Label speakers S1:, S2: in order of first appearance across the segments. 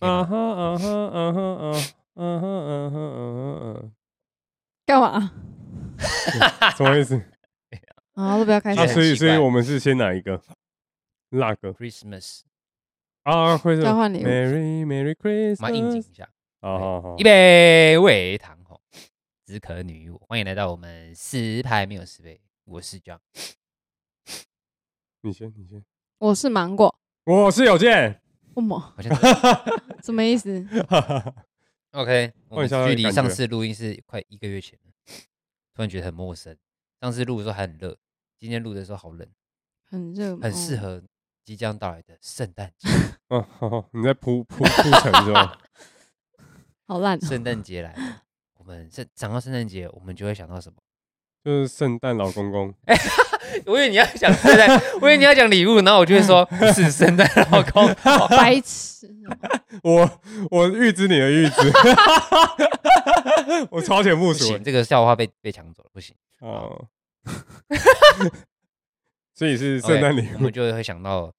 S1: 啊哈啊哈啊哈啊啊哈啊哈啊哈
S2: 干嘛？
S1: 啊！什么意思？
S2: 啊，都不要开
S3: 也
S1: 啊，
S3: 很
S1: 所
S2: 始，
S1: 以
S3: 奇
S1: 所以
S3: 怪
S1: 我们是先哪一个？那个
S3: Christmas，
S1: 啊，会是
S2: 交换礼物
S1: Merry Merry
S3: 我们要应景
S1: Christmas。
S3: 一下。
S1: 好好好
S3: 一，杯为糖红，只可女与我。欢迎来到我们十排没有十杯，我是 John。
S1: 你先，你先。
S2: 我是芒果，
S1: 我是有 健，
S2: 什么？
S3: 好像是
S2: 什么意思？
S3: OK，我
S1: 换一
S3: 们
S1: 下
S3: 距
S1: 感
S3: 离
S1: 觉
S3: 上次录音是快一个月前了，突然觉得很陌生。上次录的时候还很热，今天录的时候好冷，
S2: 很热哦吗，
S3: 很适合即将到来的圣诞 节。
S1: 嗯，好好，你在铺铺铺陈是 吧？
S2: 哦，好烂哦。
S3: 圣诞节来了，我们圣讲到圣诞节，我们就会想到什么？
S1: 就是圣诞老公公，
S3: 我以为你要讲圣诞，我以为你要讲礼物，然后我就会 说是圣诞老 公。
S2: 白痴，哦
S1: 我我预知你的预知， 我超前部
S3: 不
S1: 署
S3: 行，这个笑话被被抢走了，不行。
S1: 哦， 所以是
S3: OK，
S1: 圣诞礼
S3: 我
S1: 物
S3: 们就会想到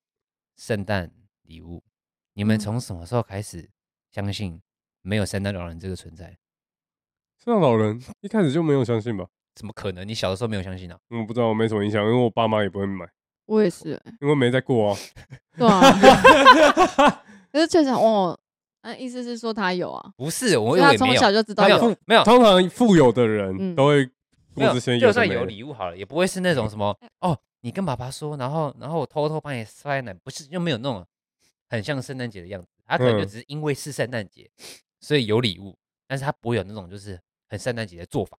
S3: 圣诞礼物。你们
S2: 嗯
S3: 从什么时候开始相信没有圣诞老人这个存在？
S1: 圣诞老人一开始就没有相信吧？
S3: 怎么可能？你小的时候没有相信啊？
S1: 我不知道，我没什么印象，因为我爸妈也不会买，
S2: 我也是，
S1: 因为没在过啊。
S2: 对啊。 可是确实，哦，那意思是说他有啊，
S3: 不是，我
S2: 所
S3: 我
S2: 以
S3: 也
S2: 他
S3: 没
S2: 从
S3: 有
S2: 小，就知道
S3: 没
S2: 有
S3: 有，没有，
S1: 通常富有的人
S2: 嗯
S1: 都会
S3: 啊没
S1: 过
S3: 有
S1: 之前
S3: 就
S1: 有
S3: 算
S1: 的
S3: 有
S1: 没的
S3: 礼物好了，也不会是那种什么
S2: 嗯
S3: 哦，你跟爸爸说，然后然后我偷偷帮你塞奶，不是又没有那种很像圣诞节的样子。他可能就
S1: 嗯
S3: 只是因为是圣诞节，所以有礼物，但是他不会有那种就是很圣诞节的做法。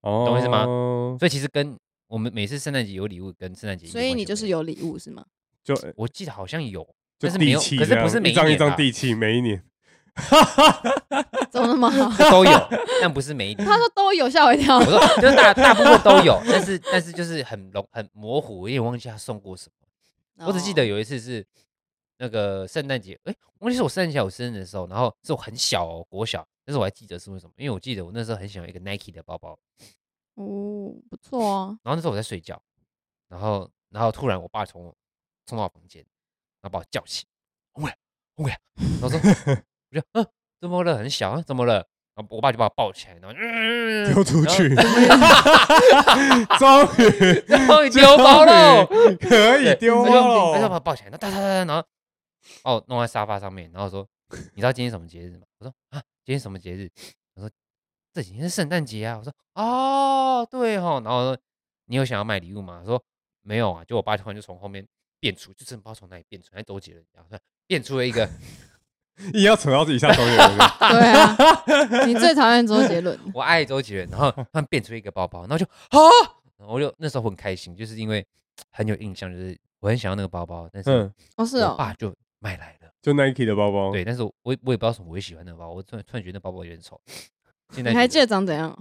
S1: 哦，
S3: 懂我意思吗
S1: 吗？
S3: 所以其实跟我们每次圣诞节有礼物跟圣诞节一点
S2: 所以
S3: 关
S2: 你
S3: 系都
S2: 就是
S3: 没有，
S2: 有礼物是吗？
S1: 就
S3: 我记得好像有，
S1: 就
S3: 但是没
S1: 地
S3: 有，
S1: 契
S3: 可
S1: 这
S3: 是
S1: 样，
S3: 不是每
S1: 一张一
S3: 年啊
S1: 张
S3: 啦
S1: 地契，每一年。
S2: 怎么那么好？
S3: 都有，但不是每一年。
S2: 他说都有，吓我一跳
S3: 我。说就是大大部分都有，但是但是就是很笼很模糊，我有点忘记他送过什么。我只记得
S2: 哦
S3: 有一次是那个圣诞节，哎、我忘记是我圣诞节我生日的时候，然后是我很小哦，国小，但是我还记得是为什么，因为我记得我那时候很喜欢一个 Nike 的包包，
S2: 哦，不错 啊，
S3: 然后那时候我在睡觉，然后然后突然我爸从我冲到我房间，然后把我叫醒，红伟红伟，然 后说我就嗯怎么了很小啊怎么了，然后我爸就把我抱起来，然后嗯
S1: 丢出，去，
S3: 然
S1: 终
S3: 后然后
S1: 于
S3: 丢 包了，
S1: 终于可以
S3: 对
S1: 丢
S3: 他就他就把
S1: 包
S3: 我
S1: 了。
S3: 抱起来，然后哒哒哒哒，然后把我弄在沙发上面，然后说：“ 你知道今天什么节日吗？”我说：“啊，今天什么节日？”我说：“这几天是圣诞节啊。”我说：“哦，对哦。”然后我说：“你有想要买礼物吗？”我说：“没有啊。”就我爸突然就从后面变出，就真的不知道从哪里变出，来，周杰伦一样，变出了一个
S1: 硬要扯到自己下周杰 伦，
S2: 对啊，你最讨厌周杰伦，
S3: “我爱周杰伦”，然后 突然变出一个包包，然后就啊，然后我就那时候很开心，就是因为很有印象，就是我很想要那个包包，但是
S1: 嗯，
S2: 哦是
S3: 我
S2: 哦，
S3: 爸就买来了。
S1: 就 Nike 的包包，
S3: 对，但是我我也我也不知道为什么我会喜欢那个包包，我突然突然觉得那包包有点 丑。现在
S2: 你还
S3: 觉
S2: 记得长怎样？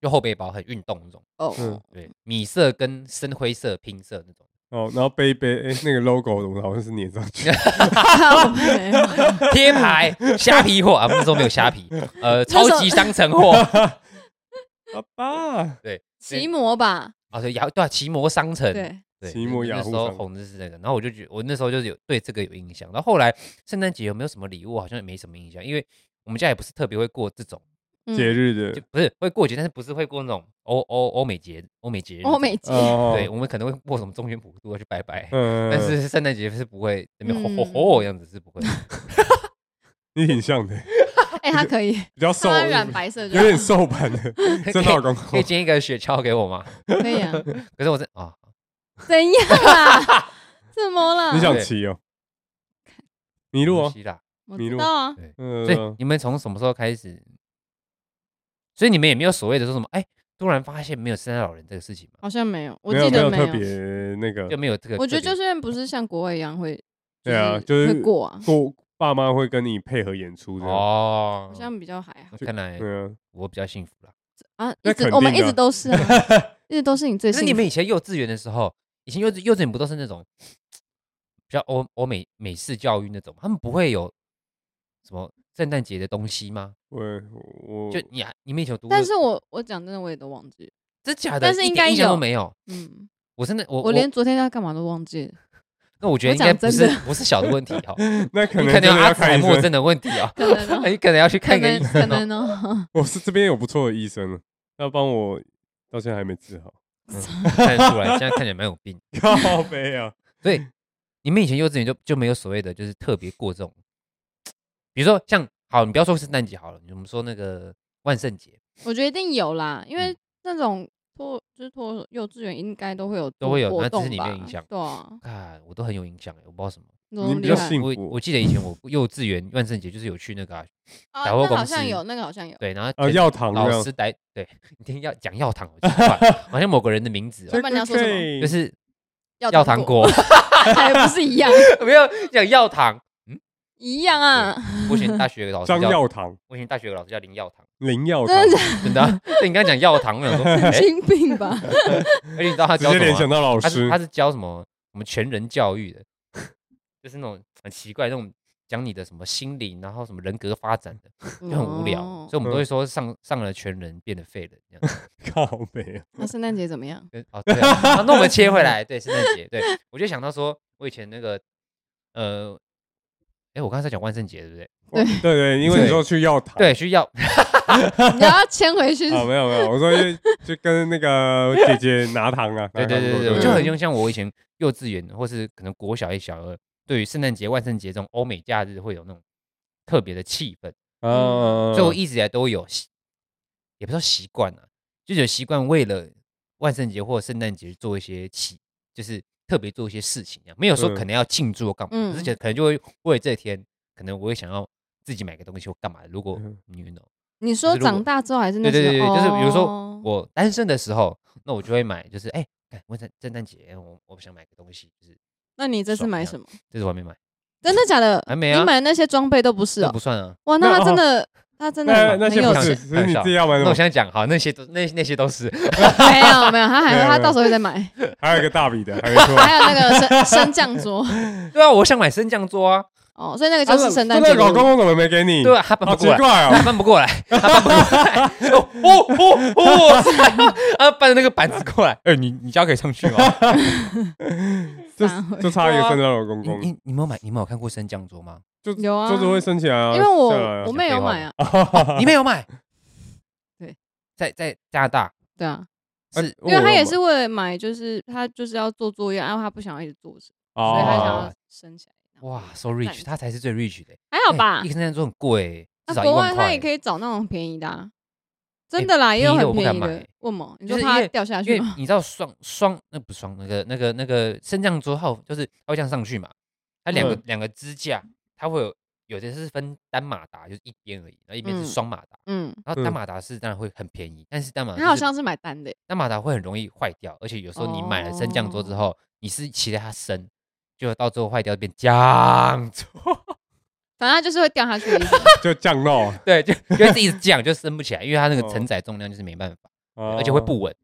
S3: 就后背包很运动那种，
S2: 哦
S1: 嗯，
S3: 对，米色跟深灰色拼色那种。
S1: 哦，然后背一背，哎，那个 logo 我好像是粘上去，
S2: 靠北
S3: 贴牌虾皮货啊，那时候没有虾皮， 呃，超级商城货
S1: 爸
S3: 嗯
S1: 爸，
S2: 骑摩吧，
S3: 啊，对，雅对啊，奇摩商城，
S2: 对，
S3: 对，
S1: 奇摩
S3: 那
S1: 雅
S3: 那
S1: 虎
S3: 时候
S1: 商
S3: 红的是那个，然后我就觉我那时候就是有对这个有印象，然后后来圣诞节有没有什么礼物，好像也没什么印象，因为我们家也不是特别会过这种，
S2: 嗯
S1: 节日
S3: 就
S1: 的，
S3: 不是会过节，但是不是会过那种欧欧欧美节欧美节日这种，
S2: 欧美节
S1: 哦，
S3: 对，我们可能会过什么中原普渡啊去拜拜，
S1: 嗯，
S3: 但是圣诞节是不会那边吼吼
S2: 嗯
S3: 吼这样子是不会。
S1: 你挺像的，
S2: 哎，他可以，
S1: 比较 瘦，
S2: 他染白色就
S1: 有
S2: 好
S1: 点瘦版的真老公
S3: 可以煎一个雪橇给我吗？
S2: 可以啊？
S3: 可是我是啊，
S2: 怎样啊？怎么了？
S1: 你想骑哦？迷路哦？
S3: 希腊。
S2: 我
S1: 迷
S2: 知
S1: 路
S2: 道啊，
S3: 所
S1: 嗯
S3: 以，你们从什么时候开始？所以你们也没有所谓的说什么，哎，突然发现没有圣诞老人这个事情嘛，
S2: 好像没有，我
S1: 没有
S2: 记
S1: 没
S2: 得
S1: 有
S2: 没
S1: 特别那个
S3: 就，没有这个特别。
S2: 我觉得就是因为不是像国外一样会，
S1: 对啊，
S2: 是
S1: 就是
S2: 会过啊，
S1: 过爸妈会跟你配合演出这样。
S3: 哦
S2: 好，像比较还好
S3: 看来
S1: 对啊，
S3: 我比较幸福啦。
S2: 啊。
S1: 那
S2: 一
S1: 肯
S2: 直
S1: 定
S2: 我们
S1: 的
S2: 一直都是啊， 一直都是你最
S3: 可是
S2: 幸
S3: 你
S2: 福
S3: 们以前幼稚园的时候，以前幼稚幼稚园不都是那种比较欧欧美美式教育那种，他们不会有什么圣诞节的东西吗？
S1: 我我
S3: 就你还你们以前有读过，
S2: 但是我我讲真的，我也都忘记了。
S3: 真假的，
S2: 但是
S3: 一
S2: 应
S3: 点
S2: 该
S3: 印象都
S2: 有
S3: 没有。
S2: 嗯，
S3: 我真的我
S2: 我连昨天要干嘛都忘记 了，
S3: 那我觉得
S2: 我
S3: 应该
S2: 讲
S3: 不
S2: 真
S3: 是
S2: 的
S3: 不是小的问题哦，
S1: 那 可
S3: 你
S1: 能
S3: 可
S1: 真的
S3: 能有阿
S1: 要
S3: 兹海
S1: 看医
S3: 默
S1: 生，
S3: 症的问题 哦，
S2: 可
S1: 哎
S2: 能哦
S3: 你可能要去
S2: 可
S3: 看个医
S2: 能可
S3: 生哦。
S2: 能哦，
S1: 我是这边有不错的医生了，他帮我到现在还没治好，
S3: 看得出来，现在看起来蛮有病。
S1: 靠背啊，
S3: 所以你们以前幼稚园就就没有所谓的，就是特别过这种，比如说像好，你不要说圣诞节好了，我们说那个万圣节
S2: 我觉得一定有啦，因
S1: 嗯
S2: 为那种托就是托幼稚园应该都会有
S3: 都会有
S2: 活
S3: 那只是
S2: 动
S3: 你
S2: 吧
S3: 没有印象
S2: 对啊，
S3: 啊，我都很有影响欸我不知道什么。
S2: 你多
S1: 你比
S2: 厉
S1: 较
S2: 害
S1: 幸
S3: 我
S1: 福
S3: 我记得以前我幼稚园万圣节就是有去那个啊、
S2: 啊
S3: 百货
S2: 那
S3: 公
S2: 好像
S3: 司
S2: 有那个好像有，
S3: 对，然后
S1: 啊
S3: 就
S1: 药堂这
S3: 老
S1: 样
S3: 师来，对， 你听要讲药堂，我 就快好像某个人的名字、哦，
S2: 老板娘说什么
S1: Trick or
S3: 就
S1: treat
S3: 是
S2: 要
S3: 药糖
S2: 果
S3: 果，
S2: 还不是一样
S3: 没有讲药堂。
S2: 一样啊？
S3: 我以前大学的老师
S1: 张
S3: 叫，
S1: 药堂
S3: 我以前大学的老师叫林药堂，
S1: 林药堂，
S2: 真的
S3: 真的啊、所以你刚才讲药堂，我想说，哎、
S2: 心病吧？
S3: 而且你知道他
S1: 直
S3: 教
S1: 接
S3: 什么
S1: 联
S3: 吗
S1: 想到老
S3: 他是
S1: 师
S3: 他，是教什么我们全人教育的， 就是那种很奇怪那种讲你的什么心灵，然后什么人格发展的，就很无聊。
S2: 哦
S3: 所以我们
S1: 嗯
S3: 都会说上上了全人变得废人这样子。
S1: 靠背 啊，
S2: 那圣诞节怎么样？
S3: 跟哦对啊，好那我们切回来，对圣诞节，对我就想到说我以前那个呃。哎，我刚才在讲万圣节，对不对？
S1: 对对，因为你说去药堂，
S3: 对，需要
S2: 你要牵回去，
S1: 啊，没有没有，我说就就跟那 个姐姐拿糖啊，
S3: 对对对对
S1: 拿
S3: 对，
S1: 糖
S3: 我
S1: 果
S3: 就很用像我以前幼稚园或是可能国小一小二，对于圣诞节、万圣节这种欧美假日会有那种特别的气氛。
S1: 啊，
S3: 所以我一直以来都有习，也不说习惯啊，就是有习惯为了万圣节或圣诞节做一些起，就是特别做一些事情一样，没有说
S1: 嗯
S3: 可能要庆祝或干嘛，
S2: 嗯
S3: 而且可能就会为了这天，可能我会想要自己买个东西或干嘛。如果
S1: 嗯
S3: 你 you know，
S2: 你说长大之后还是那
S3: 对对对
S2: 时
S3: 对，
S2: 候？
S3: 就是比如说
S2: 哦
S3: 我单身的时候，那我就会买，就是哎，干万圣圣诞节我我想买个东西，就是
S2: 那你这次买什么？
S3: 这是我还没买，
S2: 真的假的？
S3: 还没啊
S2: 你买那些装备都不是
S3: 这
S2: 哦
S3: 不。算啊。
S2: 哇，
S1: 那
S2: 那
S1: 哦
S2: 他真的，他真的
S1: 那
S2: 很
S1: 那
S2: 很
S1: 些
S2: 有
S1: 不
S3: 开玩
S1: 是，
S2: 钱。
S3: 笑
S1: 只是你自己要买
S3: 那
S1: 什
S3: 我
S1: 么？
S3: 现在讲，好，那些都那那些都是
S2: 没有没有，他还
S1: 没有
S2: 会
S1: 没有
S2: 他到时候会再买，
S1: 还有一个大笔的， 还没说
S2: 还有那个升升降桌
S3: 对啊，我想买升降桌啊，
S2: 哦，所以那个就是圣诞
S1: 这
S2: 节
S1: 个啊老公公怎么没给你？
S3: 对啊，他搬
S1: 好
S3: 不
S1: 奇
S3: 过来，
S1: 怪
S3: 他
S1: 哦，
S3: 搬不过来， 他搬不过来， 哦哦哦 哦，他搬着那个板子过来，哎，你你家可以 上去吗？
S1: 就
S2: 反悔
S1: 就差一个圣诞老公
S3: 你
S1: 公，
S3: 你你们有买你们有看过升降 桌吗？
S1: 就
S2: 有啊
S1: 桌子会升起来啊，
S2: 因为
S1: 下来
S2: 我
S1: 啊
S2: 我妹有买啊，
S3: 你们有买？
S2: 对，
S3: 在在加拿大
S2: 对啊，
S3: 是
S1: 哎
S2: 因为
S1: 我
S2: 他
S1: 有
S3: 哦
S1: 买
S2: 也是为了买，就是他就是要做作业，然后他不想要一直坐着，所以他想
S1: 哦
S2: 要升起来。
S3: 哇，so rich，他才是最 rich 的，
S2: 还好吧
S3: 哎一？个圣诞桌很贵，至
S2: 那
S3: 少一
S2: 国外
S3: 万
S2: 他
S3: 块
S2: 也，可以找那种便宜的，啊，真的啦，也有
S3: 便宜的我
S2: 很
S3: 不敢
S2: 便宜
S3: 买
S2: 的。问嘛？你
S3: 就
S2: 说
S3: 是因
S2: 怕
S3: 为
S2: 掉下
S3: 因
S2: 去
S3: 为
S2: 吗？
S3: 你知道双双那不双那个那个那个升降桌号就是它会这样上去嘛，它两个
S1: 嗯
S3: 两个支架，它会有有的是分单马达，就是一边而已，然后一边是
S2: 嗯
S3: 双马达。
S2: 嗯，
S3: 然后
S1: 嗯
S3: 单马达是当然会很便宜，但是单马达
S2: 他好
S3: 呃就是
S2: 像是买单的耶，
S3: 单马达会很容易坏掉，而且有时候你买了升降桌之后，你是骑在它身，就到最后坏掉变降桌，
S2: 反正他就是会掉下去的意思。
S1: 就降落，
S3: 对，就就会一直降就升不起来，因为它那个
S1: 哦
S3: 承载重量就是没办法，
S1: 而
S3: 而且会不稳，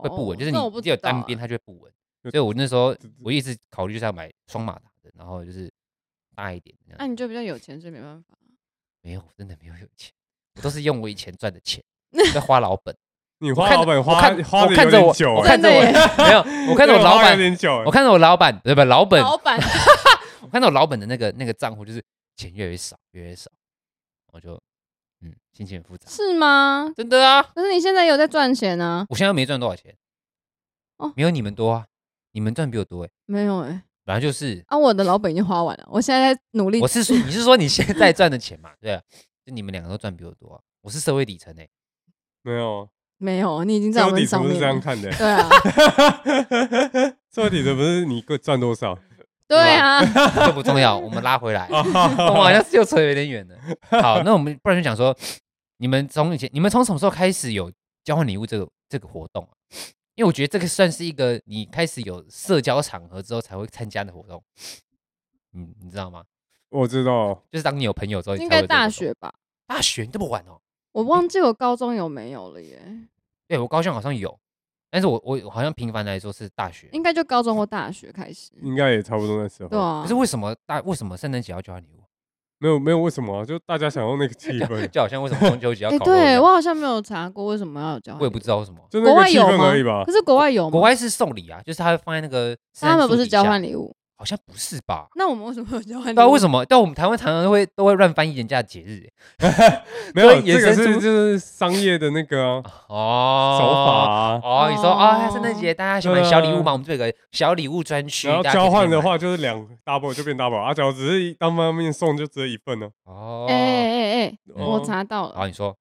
S3: 会不稳，就是
S2: 那我不
S3: 你只有
S2: 知道
S3: 单
S2: 啊
S3: 边它就会不稳，
S1: 就
S3: 所以我那时候
S1: 这
S3: 我一直考虑就是要买双马达的，然后就是大一点这样。
S2: 那、你就比较有钱，所以 没办法。
S3: 没有，真的没有有钱，我都是用我以前赚的钱在花老本。
S1: 你
S3: 我
S1: 花
S3: 看
S1: 老本
S3: 我
S1: 花
S3: 看
S1: 花
S3: 我
S1: 的
S3: 看
S1: 有
S3: 着
S1: 点
S3: 我，
S1: 久，
S3: 我
S1: 哎
S3: 看着我
S2: 真
S3: 没有，我看着我老
S1: 花有
S3: 板，
S1: 点久，
S3: 我
S1: 哎
S3: 看着我老板，呃对不老本，
S2: 老 板，
S3: 我看到我老本的那个那个账户就是钱越来越少，越来越少，我就嗯心情很复杂。
S2: 是吗？
S3: 真的啊，
S2: 可是你现在有在赚钱啊？
S3: 我现在又没赚多少钱，
S2: 哦
S3: 没有你们多啊，你们赚比我多哎、欸。
S2: 没有哎、
S3: 本来就是，
S2: 啊，我的老本已经花完了，我现在在努力
S3: 我。是说你是说你现在赚的钱嘛？对啊，就你们两个都赚比我多啊，我是社会底层哎、
S1: 没有，
S2: 没有，你已经在
S1: 这
S2: 我
S1: 底
S2: 们上
S1: 层是
S2: 面
S1: 这样
S2: 了。
S1: 看的、
S2: 对啊，
S1: 这底层不是你各赚多少？
S2: 对啊，
S3: 这不重要，我们拉回 来。
S1: 啊
S3: 我们好像是又扯得有点远了。好，那我们不然就讲说，你们从以前，你们从什么时候开始有交换礼物这个这个活动啊？因为我觉得这个算是一个你开始有社交场合之后才会参加的活动，嗯，你知道吗？
S1: 我知道，
S3: 就是当你有朋友之后，你
S2: 应
S3: 才会有这
S2: 该
S3: 个
S2: 大
S3: 活动
S2: 学吧？
S3: 大学你这么晚哦？
S2: 我忘记我高中有没有了耶，
S3: 对我高中好像有，但是我我我好像频繁来说是大学。
S2: 应该就高中或大学开始。
S1: 应该也差不多那时候。
S2: 对啊
S3: 嗯可是，为什么大为什么圣诞节要交换礼物？
S1: 没有没有为什么啊，就大家想要那个气 氛，
S3: 就好像为什么中秋节要
S2: 哎，
S3: 烤肉一
S2: 对
S3: 样？
S2: 我好像没有查过为什么要有交换礼物，
S3: 我也不知道为什么。
S1: 就那
S2: 国
S1: 个
S2: 外
S1: 气
S2: 有
S1: 氛
S2: 吗
S1: 而已吧
S2: 可。是国外有吗？
S3: 国外是送礼啊，就是他会放在那个。
S2: 他们不是交换
S3: 礼？
S2: 礼嗯物，
S3: 好像不是吧？
S2: 那我们为什么有交换礼
S3: 对啊，
S2: 物？
S3: 为什么？但我们台湾常常都会都会乱翻译人家的节日
S1: 没有，
S3: 对
S1: 这个
S3: 衍生
S1: 是就
S3: 出
S1: 是商业的那个啊
S3: 哦
S1: 手法啊。
S3: 哦，你说啊，圣诞节大家喜欢
S1: 对啊
S3: 小礼物嘛？我们这有个小礼物专区，
S1: 然后
S3: 大家可以
S1: 交换的
S3: 买
S1: 话就是两 double 就变 double，啊，假如只是一单方面送就只有一份呢。
S3: 哦，
S2: 哎哎哎，
S1: 哦
S2: 我查到了，
S3: 好，你说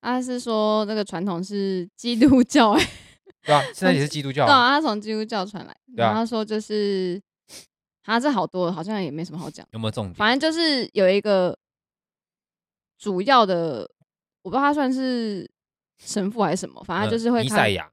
S2: 他是说那个传统是基督教，哎，
S3: 对吧？圣诞节是基督教
S2: 对
S3: 啊，
S2: 啊，他从基督教传来，
S3: 对啊
S2: 然后他说就是，他这好多了，好像也没什么好讲，
S3: 有没有重点？
S2: 反正就是有一个主要的，我不知道他算是神父还是什么，反
S3: 嗯
S2: 正就是会
S3: 弥
S2: 看
S3: 赛，亚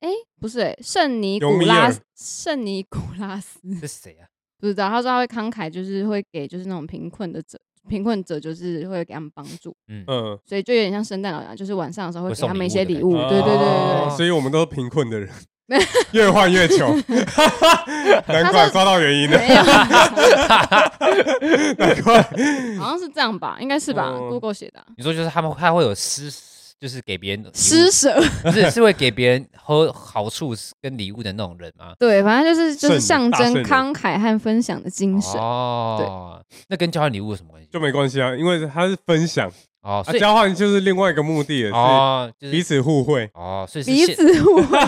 S2: 哎，不是，哎，圣尼
S1: 尤
S2: 古
S1: 米
S2: 拉
S1: 尔，
S2: 圣尼古拉斯，
S3: 是谁啊？
S2: 不知道，他说他会慷慨，就是会给就是那种贫困的者，贫困者就是会给他们帮助，
S3: 嗯，
S1: 嗯，
S2: 所以就有点像圣诞老人，啊就是晚上的时候
S3: 会
S2: 会
S3: 送
S2: 给他
S3: 礼
S2: 们一
S3: 物
S2: 些
S3: 的
S2: 礼
S3: 感
S2: 物，
S3: 觉
S2: 对对对对
S1: 哦
S2: 对。
S1: 所以我们都是贫困的 人，越换越穷，难
S2: 他
S1: 怪
S2: 是
S1: 抓到原因了，
S2: 没有，
S1: 难怪。
S2: 好像是这样吧，应该是吧、
S1: 哦
S2: g o o g l e 写的啊、
S3: 你说就是他们他会有施，就是给别人的礼物
S2: 施，舍，
S3: 不是是会给别人和好处跟礼物的那种人吗？
S2: 对，反正就是就是
S1: 圣人
S2: 象
S1: 大
S2: 征
S1: 圣人
S2: 慷慨和分享的精神。
S3: 哦，那跟交换礼物有什么关系？
S1: 就没关系啊，因为它是分享，
S3: 哦，
S1: 啊
S3: 所以
S1: 交换就是另外一个目的了，
S3: 哦，就是是。
S1: 彼此互惠
S3: 哦，所以是
S2: 彼
S3: 现
S2: 此 互惠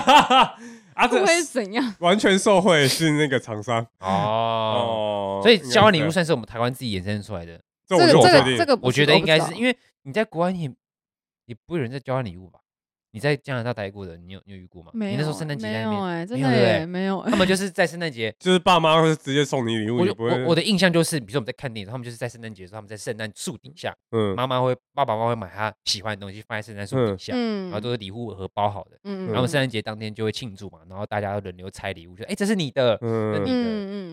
S1: 啊，这
S2: 会怎样？
S1: 完全受贿是那个厂商
S3: 哦，
S1: 哦，
S3: 所以交换礼物
S1: 应该是
S3: 算是我们台湾自己衍生出来的。
S1: 这
S2: 个
S1: 我就
S2: 这
S1: 不确
S2: 个这
S1: 定，。
S2: 个不，
S3: 我觉得应该是因
S2: 为
S3: 为你在国外你也也不会有人在交换礼物吧？你在加拿大待过的，你有你有遇过吗？
S2: 没
S3: 你
S2: 有
S3: 那时候圣诞节
S2: 没
S3: 在那
S2: 有
S3: 边，
S2: 哎、真
S3: 没有
S2: 的
S3: 对不对
S2: 耶没有哎、
S3: 他们 就是在圣诞节
S1: 就是爸妈会直接送你礼物，
S3: 我
S1: 也
S3: 就
S1: 不会
S3: 我我的印象就是，比如说我们在看电影，他们就是在圣诞节的时候，他们在圣诞树底下，
S1: 嗯
S3: 妈妈会爸爸妈妈会买他喜欢的东西放在圣诞树底下，
S2: 嗯
S3: 然后都是礼物盒包好的，
S2: 嗯
S3: 然后圣诞节当天就会庆祝嘛，然后大家轮流拆礼物，就哎这是你的，
S1: 嗯
S3: 那你
S2: 嗯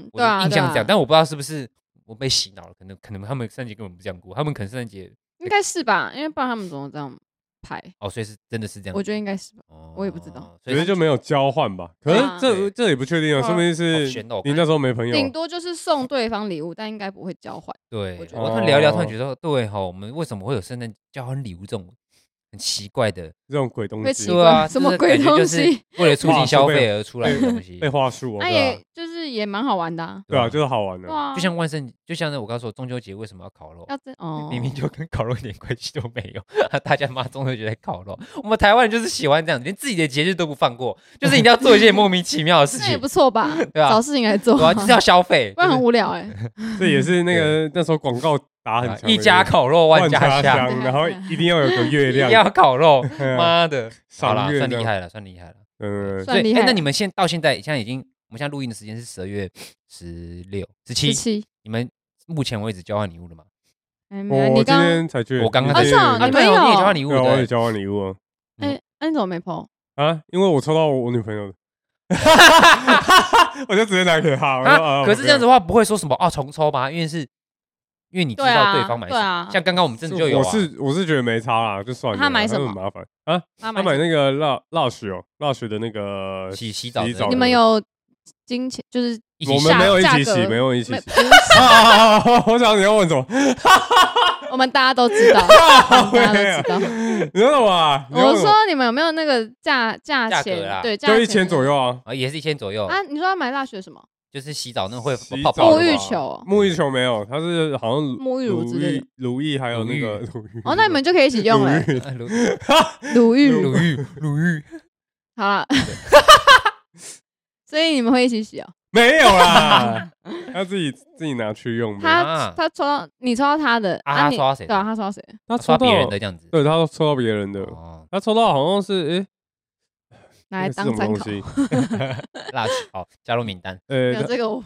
S2: 嗯，
S3: 我
S2: 对啊，
S3: 的印象是这
S2: 对
S3: 样，
S2: 啊
S3: 但我不知道是不是我被洗脑了，可能可能他们圣诞节根本不这样过，他们可能圣诞节
S2: 应该是吧，因为不然他们怎么这样排？
S3: 哦，所以是真的是这样，
S2: 我觉得应该是吧。
S3: 得
S2: 我也不知道，
S1: 觉
S3: 所以
S1: 得就没有交换吧？可
S2: 对
S1: 是
S2: 啊
S1: 这这也不确定啊，
S2: 对啊
S1: 说不定
S3: 好
S1: 是
S3: 悬哦
S1: 你那时候没朋友
S2: 顶多就是送对方礼物，但应该不会交换。
S3: 对
S2: 我觉，得
S3: 我突然聊一聊，突然
S1: 哦
S3: 觉得对哈，我们为什么会有圣诞交换礼物这种很奇怪的？
S1: 这种鬼东
S2: 会奇
S1: 西
S2: 怪
S3: 对啊，
S2: 什么
S3: 就是
S2: 鬼
S3: 感觉
S2: 东
S3: 就是
S2: 西
S3: 为了促
S1: 哇
S3: 进消
S1: 是被
S3: 费而出来的东西
S1: 被，话术哦，
S2: 那、
S1: 对啊
S2: 也就是也蛮好玩的、啊，
S1: 对啊，就是好玩的
S2: 对。啊，
S3: 就像万圣，就像那我刚说中秋节为什么要烤肉？
S2: 要这哦，
S3: 明明就跟烤肉一点关系都没有， 大家妈中秋节在烤肉，我们台湾人就是喜欢这样，连自己的节日都不放过，就是一定要做一件莫名其妙的事
S2: 那也
S3: 情
S2: 不，错吧？
S3: 对啊
S2: 找事情来做
S3: 对
S2: 啊、
S3: 啊，就是要消费，
S2: 不然
S3: 就是
S2: 很无聊哎、
S1: 这也是那个那时候广告打很
S3: 啊
S1: 强的，
S3: 一家烤肉万
S1: 家
S3: 家香，
S1: 然后一定要有个月
S3: 一定
S1: 亮，
S3: 要烤肉，
S1: 对啊
S3: 妈的，好啦
S1: 赏，月
S3: 算
S1: 这
S3: 厉
S1: 样，
S3: 害了，算厉害了。
S1: 嗯，
S3: 所
S2: 算
S3: 以
S2: 厉
S3: 哎
S2: 害
S3: 那
S2: 了
S3: 你们现到现在，现在已经，我们现在录音的时间是十二月十六、十七
S2: 十，七，
S3: 你们目前为止交换礼物了吗？
S2: 哎，没有，
S1: 我
S2: 你
S1: 今
S2: 刚哎
S1: 天才去，
S3: 我刚刚
S2: 啊
S3: 才
S1: 你
S2: 是啊
S3: 啊，
S2: 你
S3: 对
S2: 没
S3: 哦，你也交换礼
S2: 有
S3: 物
S1: 对啊，我也
S3: 的，
S1: 交换礼物啊
S2: 哎，那你怎么没 PO？
S1: 啊，因为我抽到我女朋 友的，我就直接拿给她。我说
S3: 啊，可是这样子
S1: 子，
S3: 的话不会说什么哦重抽吧，因为是，因为你知
S2: 对
S3: 道
S2: 啊
S3: 对方买什
S2: 对啊
S3: 么，像刚刚我们真的就有
S1: 我
S3: 啊，
S1: 是我是觉得没差啦，就算了。
S2: 她买什么
S1: 很麻烦啊？
S2: 他
S1: 她买那个蜡蜡雪哦，蜡雪的那个
S3: 洗洗澡的
S1: 洗
S3: 那
S1: 澡
S3: 个
S1: 的。
S2: 你们有金钱就是
S3: 一
S1: 我
S3: 起
S1: 们
S3: 下
S1: 没有一起
S2: 价
S1: 洗，
S2: 格
S1: 没有一起
S2: 没
S1: 洗。啊啊啊啊！我想你要问什么？
S2: 我们大家都 知道，
S1: 啊
S2: 我们大家都知道。
S1: 你问什么啊？你要
S2: 我
S1: 问什么啊
S2: 说你们有没有那个价价
S3: 价格
S2: 钱
S3: 啦？
S2: 对，价
S1: 就
S2: 钱哦
S1: 一千左右啊，
S3: 啊，也是一千左右，
S2: 啊？你说要买大学什么？
S3: 就是洗澡那会
S1: 洗
S3: 泡
S1: 澡
S3: 泡
S2: 沐
S1: 的
S2: 浴
S1: 吧
S2: 球哦
S1: 沐浴球没有，它是好像
S2: 沐浴乳
S1: 乳
S2: 之类
S1: 液
S2: 的、
S1: 乳液还有那个乳液。
S2: 哦，那你们就可以一起用了。
S3: 啊如
S2: 鲁豫，
S3: 鲁 豫，鲁豫，
S2: 好了，所以你们会一起洗哦？
S1: 没有 啦，他自己自己拿去用的。
S2: 他
S3: 啊
S2: 他抽到你抽到他的，
S3: 啊
S2: 啊
S3: 他
S2: 你
S3: 抽到谁的
S2: 对啊，他抽到谁的？
S1: 他
S3: 刷
S1: 抽到
S3: 别人的这样子。
S1: 对，他都抽到别人的，
S3: 哦，
S1: 他抽到好像是诶，
S2: 拿来
S1: 那
S2: 当
S1: 是什么
S2: 参
S1: 东
S2: 考。
S1: 西？
S3: 辣好，哦加入名单。
S1: 呃，
S2: 没有这个我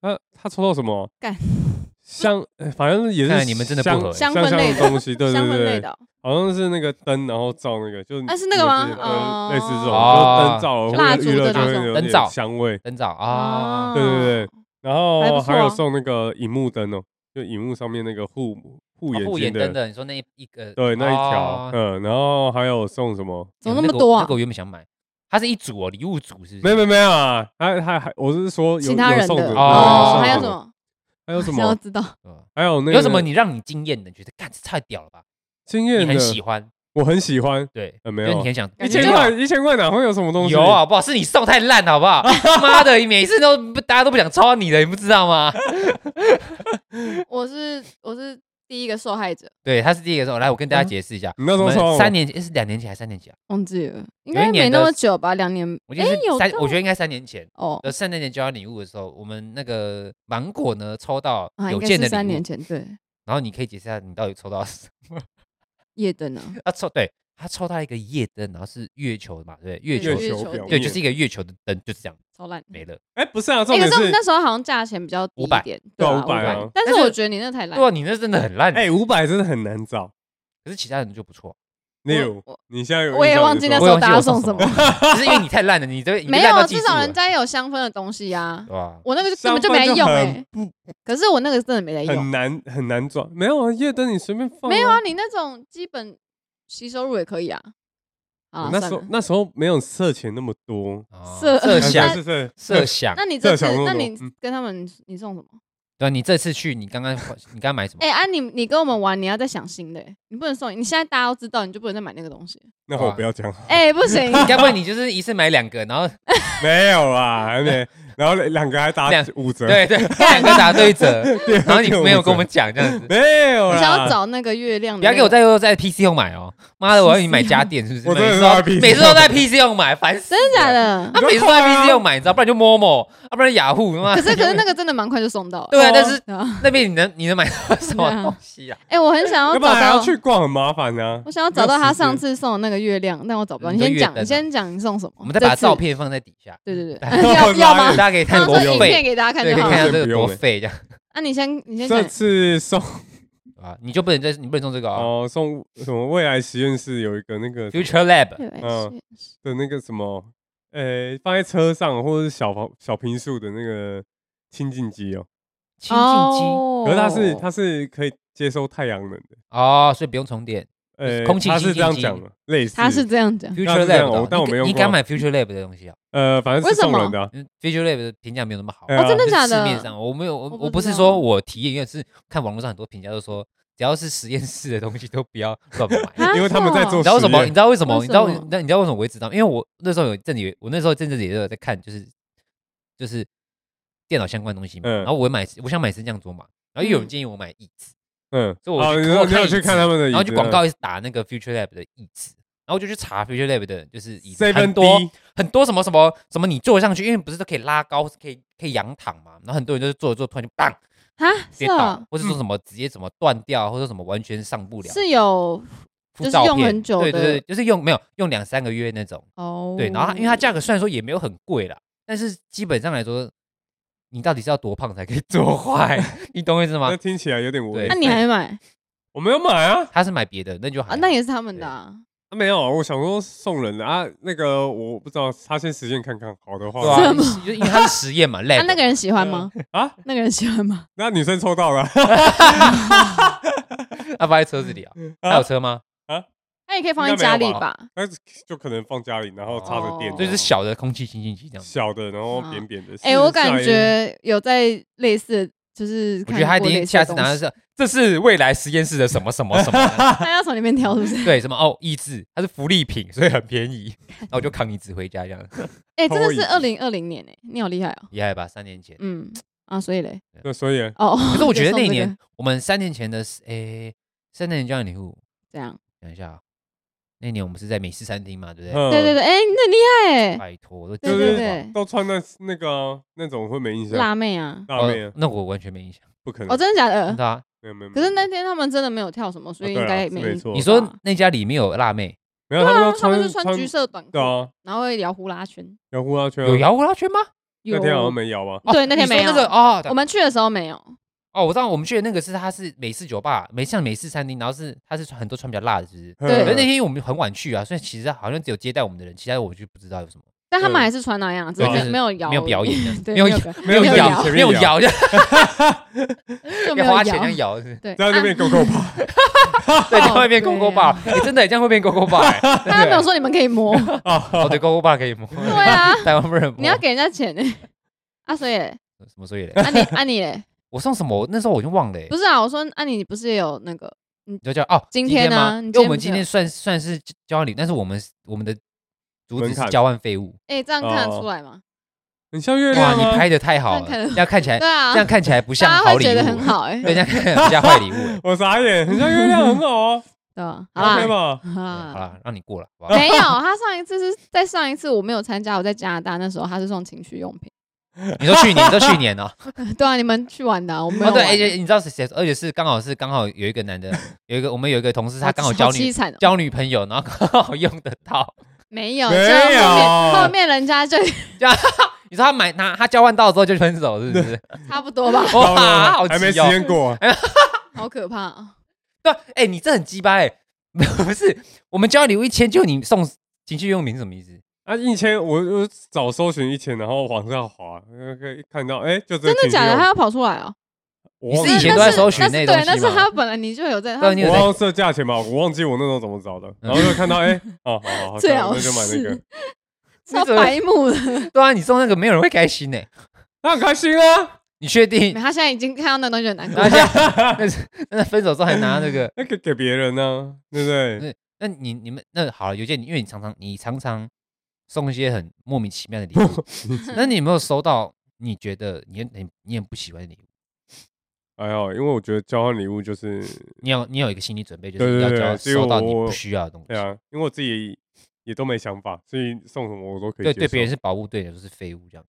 S1: 他他抽到什么？
S2: 干
S1: 香，呃反正也
S3: 看
S1: 是
S3: 来你们真的不
S1: 香
S3: 合
S2: 香
S1: 香
S2: 氛
S1: 香的
S2: 类的
S1: 东西，对对
S2: 香氛类
S1: 对
S2: 的
S1: 对，
S2: 哦
S1: 好像是那个灯，然后照那个，就是
S2: 啊是那个吗
S1: 就是
S2: 哦
S1: 呃类似这种，
S3: 哦
S1: 就是灯照了
S3: 蜡
S1: 会
S2: 烛
S1: 娱乐
S2: 的
S1: 就
S2: 那
S1: 会
S2: 种
S1: 有
S3: 灯
S1: 点
S3: 罩
S1: 香味，
S3: 灯照
S2: 哦
S3: 啊，
S1: 对对对，然
S2: 还不
S1: 后
S2: 错
S1: 还有
S2: 啊
S1: 送那个荧幕灯哦，就荧幕上面那个护护
S3: 哦护
S1: 眼睛
S3: 眼灯的，你说那一一个
S1: 对那一条
S3: 哦，
S1: 嗯，然后还有送什么？
S2: 怎么
S3: 有
S2: 那么
S3: 个
S2: 多
S3: 我
S2: 啊
S3: 那个我原本想买，它是一组哦，礼物组是不是？
S1: 没有没有没有啊，还还还，我是说有
S2: 其他
S1: 有
S2: 人
S1: 送的
S2: 的
S3: 哦
S1: 对
S2: 还有
S1: 送
S2: 什
S1: 的
S2: 么？
S1: 还有什
S2: 想要
S1: 么？
S2: 知道？
S3: 有，
S1: 还有那个
S3: 嗯有什么你让你惊艳的？你觉得干这太屌了吧？
S1: 惊
S3: 你
S1: 艳的
S3: 很？喜欢，
S1: 我很喜欢，
S3: 对，
S1: 呃没
S3: 就是
S1: 有
S3: 你很想
S1: 一
S2: 觉
S1: 千
S2: 就
S1: 块一千块哪会有什么东西？
S3: 有啊好不好？是你送太烂好不 好？妈的，每一次都不大家都不想抄你的，你不知道吗？
S2: 我是我是第一个受害者，
S3: 对，他是第一个说，来，我跟大家解释一下，
S1: 嗯你那时候
S3: 我们
S1: 送
S3: 三年前诶是两年前还是三年前啊？
S2: 忘记了，应
S3: 有一
S2: 该没
S3: 年
S2: 那
S3: 的
S2: 么久吧，两年。
S3: 我
S2: 哎
S3: 记得是，
S2: 有
S3: 三，
S2: 到
S3: 我觉得应该三年前。
S2: 哦
S3: 呃，圣诞节交换礼物的时候，我们那个芒果呢抽到
S2: 啊，应
S3: 有
S2: 该
S3: 件
S2: 是
S3: 的
S2: 三
S3: 礼
S2: 年
S3: 物，
S2: 前，对，
S3: 然后你可以解释一下你到底抽到什么？
S2: 夜灯啊，
S3: 他抽对，他抽到一个夜灯，然后是月球嘛，对不对，月
S1: 月
S3: 球
S2: 月
S1: 球
S2: 球
S1: 表
S3: 对，
S1: 面
S3: 就是一个月球的灯，就是这样
S2: 超烂。
S3: 没了。
S1: 哎，不是啊，重
S2: 哎，可
S1: 点
S2: 是我们
S1: 是
S2: 那时候好像价钱比较低一
S3: 500
S2: 点，
S1: 对啊
S2: 啊，
S1: 500
S2: 500
S1: 啊
S2: 但
S3: 但
S2: 是
S3: 是
S2: 我觉得你那太烂
S3: 对啊，，你那真的很烂。
S1: 哎，五百真的很难找。
S3: 可是其他人就不错，
S1: 六
S2: 我，
S1: 你现在有
S2: 我也
S1: 印象
S2: 忘记
S1: 你说
S2: 那
S3: 我也忘
S2: 时候
S3: 记
S2: 大家
S3: 我
S2: 送
S3: 送什
S2: 什么
S3: 么，就是因 为你太烂了，你这
S2: 没
S3: 有
S2: 有，啊至少人家有香氛的东西啊
S3: 对。吧？
S2: 我那个就
S1: 香
S2: 根本就
S1: 氛
S2: 没用哎、
S1: 很不
S2: 可是我那个真的没在用
S1: 很。难很难转，没有啊，夜灯你随便放，
S2: 没有啊，。你那种基本吸收入也可以啊。啊
S1: 我，那
S2: 算
S1: 时候
S2: 了。
S1: 那时候没有色钱那么 多，
S3: 哦
S2: 设
S3: 设
S2: 那
S3: 想
S1: 是是
S3: 设想，
S2: 那你
S1: 这
S2: 这
S1: 个
S2: 次
S1: 想不，
S2: 那
S1: 懂
S2: 你
S1: 嗯
S2: 跟他们，你送什么？
S3: 对啊，你这次去，你刚刚你刚刚买什么
S2: 哎、？啊，你你跟我们玩，你要再想新的、欸，你不能送，你现在大家都知道，你就不能再买那个东西。
S1: 那我不要讲，
S2: 哎、不行，
S3: 该不会你就是一次买两个，然后
S1: 没有啊，还没，然后两个还打
S3: 两
S1: 五折，
S3: 对 对，两个打对折，
S1: 对，
S3: 然后你没有跟我们
S1: 五
S3: 讲这样
S1: 折
S3: 子，
S1: 没有
S2: 我
S1: 啦，
S2: 想要找那个月亮的
S3: 不要
S2: 那
S3: 给
S2: 个、
S3: 我在又在 PC 用买哦！妈的，我要你买家电是不是？
S1: 我真的
S3: 每
S1: 是
S3: 次都
S1: 在 PC
S3: 每次都在 PC 用买，烦死！
S2: 真的假的？
S3: 他每次都在
S1: 啊
S3: PC 用买，你知道，不然就 Momo，要不啊然雅虎，妈
S2: 可是可是那个真的蛮快就送到了。
S3: 对啊但是
S2: 啊
S3: 那边你能你能买到什么东西啊？
S2: 哎、我很想
S1: 要
S2: 要找
S1: 不然还
S2: 到
S1: 要，去逛很麻烦啊。
S2: 我想要找
S1: 没
S2: 到
S1: 有
S2: 他
S1: 时间
S2: 上次送的那个月亮，但我找不到。
S3: 你
S2: 你
S3: 的
S2: 先
S3: 月
S2: 讲，
S3: 灯
S2: 你
S3: 啊
S2: 先讲你送什么。
S3: 我们再把
S2: 这次
S3: 照。片放在底下，
S2: 对对对，
S3: 对
S2: 要要吗
S3: 大？家可以 看
S2: 放
S3: 多
S2: 这影片
S3: 废，
S2: 给大家看
S3: 对，可
S2: 就
S3: 以
S2: 好
S3: 看一
S2: 了。
S3: 下这个多废这样
S2: 那、你先你先讲
S1: 这，次送
S3: 啊！你就不能再你不能送这个哦
S1: 哦送什么未来实验室有一个那个
S3: ，Future Lab
S2: 对哦
S1: 嗯的那个什么，呃，放在车上或者是小房小平数的那个清净机哦，
S3: 清净机
S2: 哦
S1: 可是它是它是可以接收太阳能的，
S3: 哦，所以不用充电。
S1: 呃，
S3: 空气
S1: 它是
S3: 清
S1: 这样
S3: 净机
S1: 讲的，类似
S2: 他是这样讲，
S1: 那
S3: Future
S1: 是这样
S3: Lab，的
S1: 哦但我没用
S3: 你
S1: 过
S3: 敢买 Future Lab 的东西啊？
S1: 呃，反正
S2: 为
S1: 是
S2: 什
S1: 送
S2: 么
S1: 人的啊，
S3: 嗯，Future Lab 的评价没有那么好。
S1: 哎呀
S2: 哦真的
S3: 啊就是
S2: 假的
S3: 市面上我没有，我
S2: 我不
S3: 我不
S2: 知
S3: 是
S2: 道
S3: 说我体验，因为是看网络上很多评价都说，只要是实验室的东西都不要乱买。
S2: 啊
S1: 因为他们在做
S3: 你知道为什
S1: 实
S3: 么？你
S1: 验
S3: 知道为什么？
S2: 为
S3: 你知道
S2: 什么
S3: 那你知道为什么我会知道？因为我那时候有阵子，我那时候阵子也有在看，就是就是电脑相关的东西嘛。
S1: 嗯
S3: 然后我会买，我想买升降桌嘛，然后又有人
S2: 嗯
S3: 建议我买椅子，
S1: 嗯，
S3: 所以我
S1: 哦
S3: 去
S1: 你说
S3: 我
S1: 你
S3: 看
S1: 有
S3: 椅
S1: 去看
S3: 子
S1: 他们的椅子，啊
S3: 然后去广告一直打那个 Future Lab 的椅子，然后我就去查 Future Lab 的就是椅子很
S1: seven
S3: 多
S1: D，
S3: 很多什么什么什么，你坐上去，因为不是都可以拉高，可以可以仰躺嘛。然后很多人就是坐着坐着突然就砰
S2: 啊，
S3: 跌
S2: 是
S3: 倒
S2: 哦，，
S3: 或者说什么直接什么断掉，或者什么完全上不了，
S2: 是有
S3: 附
S2: 就是
S3: 照
S2: 用
S3: 片
S2: 很久
S3: 对对
S2: 的
S3: 对，就是用没有用两三个月那种。
S2: 哦。
S3: 对，然后它因为它价格虽然说也没有很贵啦，但是基本上来说，你到底是要多胖才可以做 坏，你懂我意思
S1: 那
S3: 吗？
S1: 听起来有点无
S3: 对
S2: 那、
S1: 聊。
S2: 你还
S3: 哎
S2: 买
S1: 我没有买啊，
S3: 他是买别的，那就还
S2: 啊？
S3: 好
S2: 那也是他们的、啊，
S1: 啊没有，我想说送人的啊，那个我不知道，他先实践看看，好的
S3: 对
S1: 话
S3: 啊
S2: 什么
S3: 就因为它是实验嘛，累
S2: 啊，那个人喜欢吗？
S1: 啊，
S2: 那个人喜欢吗？
S1: 那女生抽到了，
S3: 他放在车子里啊，
S2: 嗯
S3: 他有车吗？
S2: 他也可以放在家里吧？
S1: 那就可能放家里，然后插着电，
S2: 哦
S3: 就是小的空气清净机这样子。
S1: 小的，然后扁扁的。
S2: 哎、
S1: 是
S2: 我感
S1: 下一
S2: 觉有在类似，就是
S3: 我觉得他一定下次拿的
S2: 的
S3: 是，这是未来实验室的什么什么什么，
S2: 他要从里面挑，是 不是？
S3: 对，什么哦，益智，它是福利品，所以很便 宜。那我就扛一只回家，这样
S2: 哎、真的是
S1: 偷
S2: 二零二零年哎、你好厉害哦。
S3: 厉害吧？三年前，
S2: 嗯啊，所以嘞，
S1: 那所以
S2: 哦，
S3: 可是我觉得那一
S2: 就送这个
S3: 年我们三年前的，诶，三年前交换礼物，
S2: 这样
S3: 想一下啊，那年我们是在美式餐厅嘛，对不对？
S1: 嗯
S2: 对对对，哎，你很厉害哎，
S3: 拜托，我都记
S1: 就
S2: 对
S3: 得
S2: 对
S1: 是
S2: 对
S1: 都穿那那个啊那种会没印象，
S2: 辣妹啊！
S1: 辣妹
S3: 哦
S1: 啊，
S3: 那我完全没印象。
S1: 不可
S2: 哦，
S1: 能，
S2: 真的假的
S3: 真？的啊，
S1: 没有没有。没
S2: 可
S1: 有
S2: 是那天他们真的没有跳什么，所以
S1: 哦对
S2: 应
S1: 啊
S2: 该
S1: 是没错
S3: 你说那家里面有辣妹，
S1: 没有，他们都
S2: 啊他们是
S1: 穿
S2: 穿橘色短裤
S1: 对，啊，
S2: 然后会摇呼啦圈。
S1: 摇呼啦圈啊
S3: 有摇呼啦圈吗？
S1: 那
S2: 有，
S1: 天好像没摇吧？啊
S3: 哦
S2: 对那天
S3: 你说
S2: 没有
S3: 那个哦，
S2: 我们去的时候没有。
S3: 哦，我知道我们去的那个是它是美式酒吧，美像美式餐厅，然后是它是很多穿比较辣的，是不是？
S2: 对
S3: 可是那
S1: 嗯
S3: 天因为我们很晚去啊，所以其实好像只有接待我们的人，其他我就不知道有什么，
S2: 但他
S1: 对
S2: 们还是穿那样，只
S1: 对
S2: 是
S3: 就是
S2: 没有摇，
S3: 没有 表，演的，
S2: 对，
S3: 有
S2: 没有
S3: 摇
S2: 表
S1: 没有
S2: 没有
S1: 表
S2: 摇
S1: 演，
S3: 没有摇，要
S2: 就没
S3: 要
S2: 有
S3: 花
S2: 摇
S3: 钱，要摇， 是不是
S2: 对，
S1: 在那边
S2: 啊
S1: 勾勾 吧，
S3: 对，这样会变
S2: 对
S3: 勾
S2: 啊
S3: 勾爸，你真的欸这样会变勾勾爸欸，
S2: 大啊家没有说你们可以摸，
S3: 哦，对，勾勾爸可以摸，
S2: 对啊，
S3: 台湾不能摸，
S2: 你要给人家钱呢。啊，所以嘞
S3: 什么所以嘞？
S2: 啊你啊你嘞，
S3: 我送什么？我那时候我已经忘了欸，
S2: 不是啊，我说啊你不是也有那个
S3: 你就叫哦，
S2: 今
S3: 天
S2: 天啊
S3: 吗
S2: 你
S3: 因
S2: 今
S3: 为我
S2: 天
S3: 们
S2: 不是
S3: 今
S2: 有
S3: 天算算是交换礼，但是我们我们的主旨
S1: 门
S3: 是
S1: 槛
S3: 交换废物。
S2: 哎这样看
S3: 哦
S2: 得出来吗？
S1: 很像月
S3: 哇，
S1: 亮
S3: 你
S1: 啊！
S3: 拍的太好了，
S2: 这样看
S3: 这样看起来
S2: 对，啊
S3: 哎这，样看起来不像
S2: 大家
S3: 好
S2: 会
S3: 礼物，
S2: 觉得很 好哎，
S3: 对，这样看起来不像坏礼物 欸。
S1: 我傻眼，很像月亮，很好啊
S2: 对
S1: ，OK
S2: 吧？ 好啦
S1: 吧？
S3: 对好
S2: 啊，
S3: 啦，让你过了，好不好？
S2: 没有，他上一次是在上一次我没有参加，我在加拿大那时候他是送情趣用品，
S3: 你说去年，你说去年哦，
S2: 对啊，你们去玩的啊，我 没
S3: 哦
S2: 有
S3: 对，
S2: 玩，
S3: 而且你知道是谁？而且是刚好是刚好有一个男的，有一个我们有一个同事，他刚好交
S2: 凄
S3: 女
S2: 惨哦，
S3: 交女朋友，然后刚好用得到。
S2: 没有，
S1: 没
S2: 就后面
S1: 有
S2: 后面人家就
S3: 你说他买他他交换到之后就分手，是不 是？
S2: 差不多吧，
S1: 糟
S3: 哇，
S1: 了
S3: 好
S1: 还没
S3: 急
S1: 实
S3: 哦！
S1: 验过，啊
S2: 好可 怕啊！
S3: 对啊，哎，你这很鸡巴哎， 不是？我们交换礼物一千，就你送情趣用品是什么意思？
S1: 啊，一千，我我找搜寻一千，然后往上滑，呃可以看到，哎，就真
S2: 真的假的？他要跑出来哦？
S1: 我忘
S3: 你是以
S1: 记
S3: 前
S2: 那
S3: 都在
S2: 是
S3: 搜寻
S2: 那
S3: 那
S2: 是
S3: 东
S2: 对
S3: 西，
S2: 但是
S3: 吗
S2: 他本来你就有在，
S3: 对
S2: 他
S3: 啊你有
S1: 我
S3: 在
S1: 忘记价钱吧，我忘记我那时候怎么找的，然后就看到， 哎，哦，好好好，
S2: 最
S1: 算了
S2: 好
S1: 那就买那个
S2: 是，超白目 的。
S3: 对啊，你送那个没有人会开心呢、
S1: 那很开心啊，，
S3: 你确定
S2: 没？他现在已经看到那东西很难过
S3: 然后，现在 那是那分手之后还拿那个
S1: 那给给别人呢，对不对？
S3: 那那你你们那好了，有件因为你常常你常常送一些很莫名其妙的礼 物，那你有没有收到你觉得你很你你很不喜欢的礼物？
S1: 还好，哎因为我觉得交换礼物就是，
S3: 你有你有一个心理准备，就
S1: 对
S3: 是
S1: 对
S3: 你要
S1: 对
S3: 交
S1: 所以
S3: 收到你
S1: 我
S3: 不需要的东西
S1: 对。啊，因为我自己也都没想法，所以送什么我都可以
S3: 对
S1: 接
S3: 对，
S1: 受。
S3: 别人是宝物，对你来说是废物这样，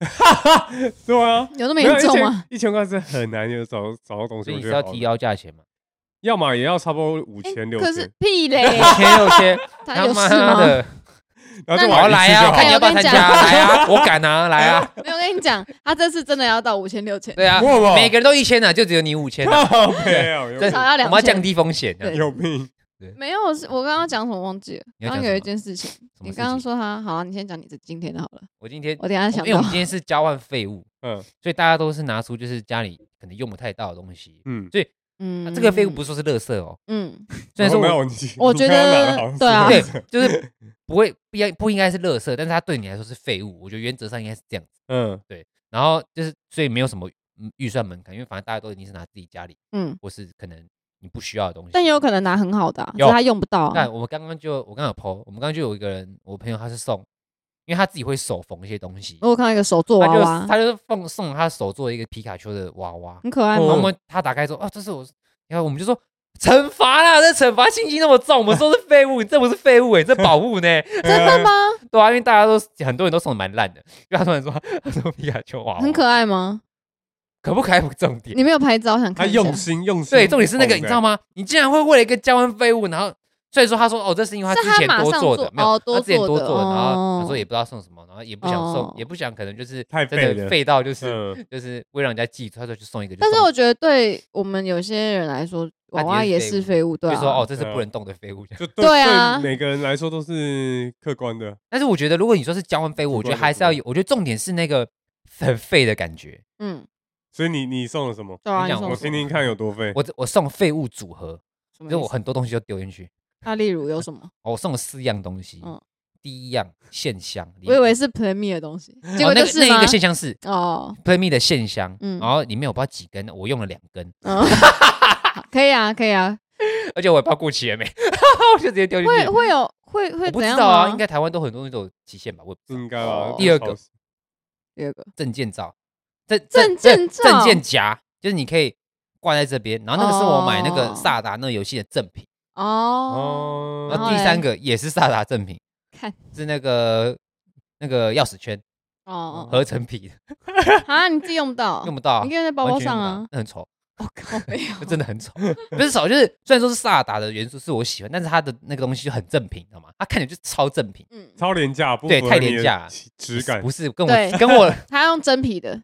S1: 对啊，
S2: 有那么严重吗？
S1: 一千块是很难有找找到东西，
S3: 所以
S1: 我
S3: 你
S1: 觉
S3: 是
S1: 得
S3: 要
S1: 好
S3: 提啊高价钱嘛？
S1: 要么也要差不多五千六
S2: 哎可是
S1: 千，
S2: 屁 嘞，
S3: 五千六千，
S2: 他
S3: 他
S2: 有
S3: 妈
S2: 事吗？
S3: 的，
S1: 然后就
S2: 那
S3: 我要
S1: 玩一
S3: 来
S1: 次
S3: 啊！
S1: 就好。
S3: 我看你要不要参加，
S2: 我
S3: 来 啊！我敢啊，来啊！
S2: 没有，我跟你讲，他这次真的要到五千六千，
S3: 对啊，
S1: 哇哇
S3: 每个人都一千啊，就只有你五 千啊。
S1: 靠背啊，有
S3: 这
S2: 至少要
S3: 我
S2: 两
S3: 们要降
S2: 千。
S3: 低风险啊。
S2: 对
S1: 有病！
S2: 没有，我是我刚刚讲什么忘记了？
S3: 你要
S2: 刚
S3: 讲什
S2: 刚
S3: 么
S2: 有一件事情，
S3: 什么
S2: 你
S3: 事
S2: 刚刚
S3: 情
S2: 说他好啊，你先讲你这今天的好了，
S3: 我今天，
S2: 我等一下
S3: 哦因
S2: 想
S3: 为哎我
S2: 到
S3: 们。今天是交换废物，
S1: 嗯
S3: 所以大家都是拿出就是家里可能用不太到的东西。
S1: 嗯，
S2: 嗯
S3: 啊这个废物不是说是垃圾哦，
S2: 嗯，
S3: 虽然说
S1: 没
S3: 我
S1: 有你，
S2: 我
S1: 你
S2: 觉
S1: 刚刚
S2: 得
S1: 拿的好像
S2: 对啊
S1: 是
S3: 对， 就是不会不应不应该是垃圾，但是它对你来说是废物。我觉得原则上应该是这样子。
S1: 嗯
S3: 然后就是所以没有什么嗯预算门槛，因为反正大家都一定是拿自己家里
S2: 嗯，
S3: 或是可能你不需要的东西。
S2: 但也有可能拿很好的啊，只
S3: 有
S2: 是他用不到啊
S3: 但。我们刚刚就我刚刚有 PO，我们刚刚就有一个人，我朋友他是送，因为他自己会手缝一些东西，
S2: 我有看到一个手做
S3: 他
S2: 娃
S3: 就
S2: 哦娃，
S3: 他就送送他手做一个皮卡丘的娃娃，
S2: 很可爱
S3: 然后我
S2: 吗？
S3: 们他打开之后，啊，这是我，然后我们就说惩罚啦，这惩罚心情那么重，我们说是废物， 你这不是废物哎、这宝物呢？
S2: 真的吗？
S3: 对啊，因为大家都很多人都送的蛮烂的，就他突然说他说皮卡丘娃娃
S2: 很可爱吗？
S3: 可不可爱不重点，
S2: 你哦没有拍照，我想
S1: 他
S2: 看一下。
S1: 用心用心，
S3: 对，重点是那个你知道吗？你竟然会为了一个交换废物，然后所以说他说哦，这是因为他
S2: 是
S3: 之
S2: 他
S3: 前
S2: 马
S3: 多
S2: 上
S3: 做的
S2: 做，
S3: 没有
S2: 哦
S3: 他
S2: 多
S3: 之前
S2: 做
S3: 多
S2: 的
S3: 做，然后他说
S2: 哦
S3: 也不知道送什么，然后也不想送
S2: 哦，
S3: 也不想可能就是
S1: 太
S3: 真
S1: 废
S3: 的
S1: 了
S3: 废到就是
S1: 嗯，
S3: 就是为了人家记住，他说就送一个就
S2: 但
S3: 送一个，
S2: 是我觉得对我们有些人来说，
S3: 他
S2: 娃娃
S3: 也
S2: 也
S3: 是
S2: 是
S3: 废
S2: 废物，对
S3: 就说哦，
S2: 啊。
S3: 这是
S1: 对啊
S3: 不能动的废物。
S1: 就
S2: 对啊
S1: 每个人来说都是客观的，
S3: 但是我觉得，如果你说是交换废物，
S1: 主
S3: 我觉得
S1: 观的
S3: 还
S1: 主
S3: 是要
S1: 观
S3: 有，我觉得重点是那个很废的感觉。
S2: 嗯，
S1: 所以你你送了什么？
S2: 对啊，
S3: 你
S2: 你
S3: 讲
S2: 送
S1: 我
S2: 什
S1: 听
S2: 么
S1: 听看有多废。
S3: 我我送废物组合，就
S2: 什么
S3: 是
S2: 意
S3: 我
S2: 思？
S3: 很多东西都丢进去。
S2: 那例如有什么？
S3: 哦，我送了四样东西
S2: 嗯。
S3: 第一样线香，
S2: 我以为是 Play Me 的东西，结
S3: 哦
S2: 果
S3: 那
S2: 就
S3: 个
S2: 是
S3: 那
S2: 吗
S3: 一个？线香是
S2: 哦，
S3: Play Me 的线香，
S2: 嗯
S3: 然后里面我不知道几根，我用了两根，
S2: 嗯， 可以啊，可以啊。
S3: 而且我也不知道过期了没， 我就直接丢进
S2: 会
S3: 去。
S2: 会有会
S3: 我
S2: 会
S3: 不知
S2: 怎样
S3: 道啊，
S2: 吗？
S3: 应该台湾都很多那种期限吧，我也不知道
S1: 应该吧
S2: 哦。
S1: 这个
S3: 第二个
S1: 超
S2: 第二个
S3: 证件照，证
S2: 证
S3: 证
S2: 件照
S3: 证件夹，就是你可以挂在这边。然后那个是我买那个
S2: 哦
S3: 萨达那个游戏的赠品，
S2: 哦，
S1: 哦
S3: 然
S2: 然
S3: 后
S2: 后
S3: 第
S2: 嘞
S3: 三个也是萨达正品，
S2: 看
S3: 是那个那个钥匙圈
S2: 哦
S3: 合成皮的，
S2: 哦，啊，你自己用不到，
S3: 用不到啊，
S2: 你可以在包包
S3: 完全用
S2: 上
S3: 不到
S2: 啊。
S3: 那很丑，，
S2: 我靠，没有
S3: 真的很丑，不是丑，就是虽然说是萨达的元素是我喜欢，但是它的那个东西就很正品，你知道吗？它看起来就超正品，
S2: 嗯，
S1: 超廉价，不
S3: 对
S1: 符合
S3: 太
S1: 你
S3: 廉
S1: 的
S3: 价
S1: 其质感
S3: 不。是跟
S2: 对
S3: 我跟 我
S2: 他用真皮的，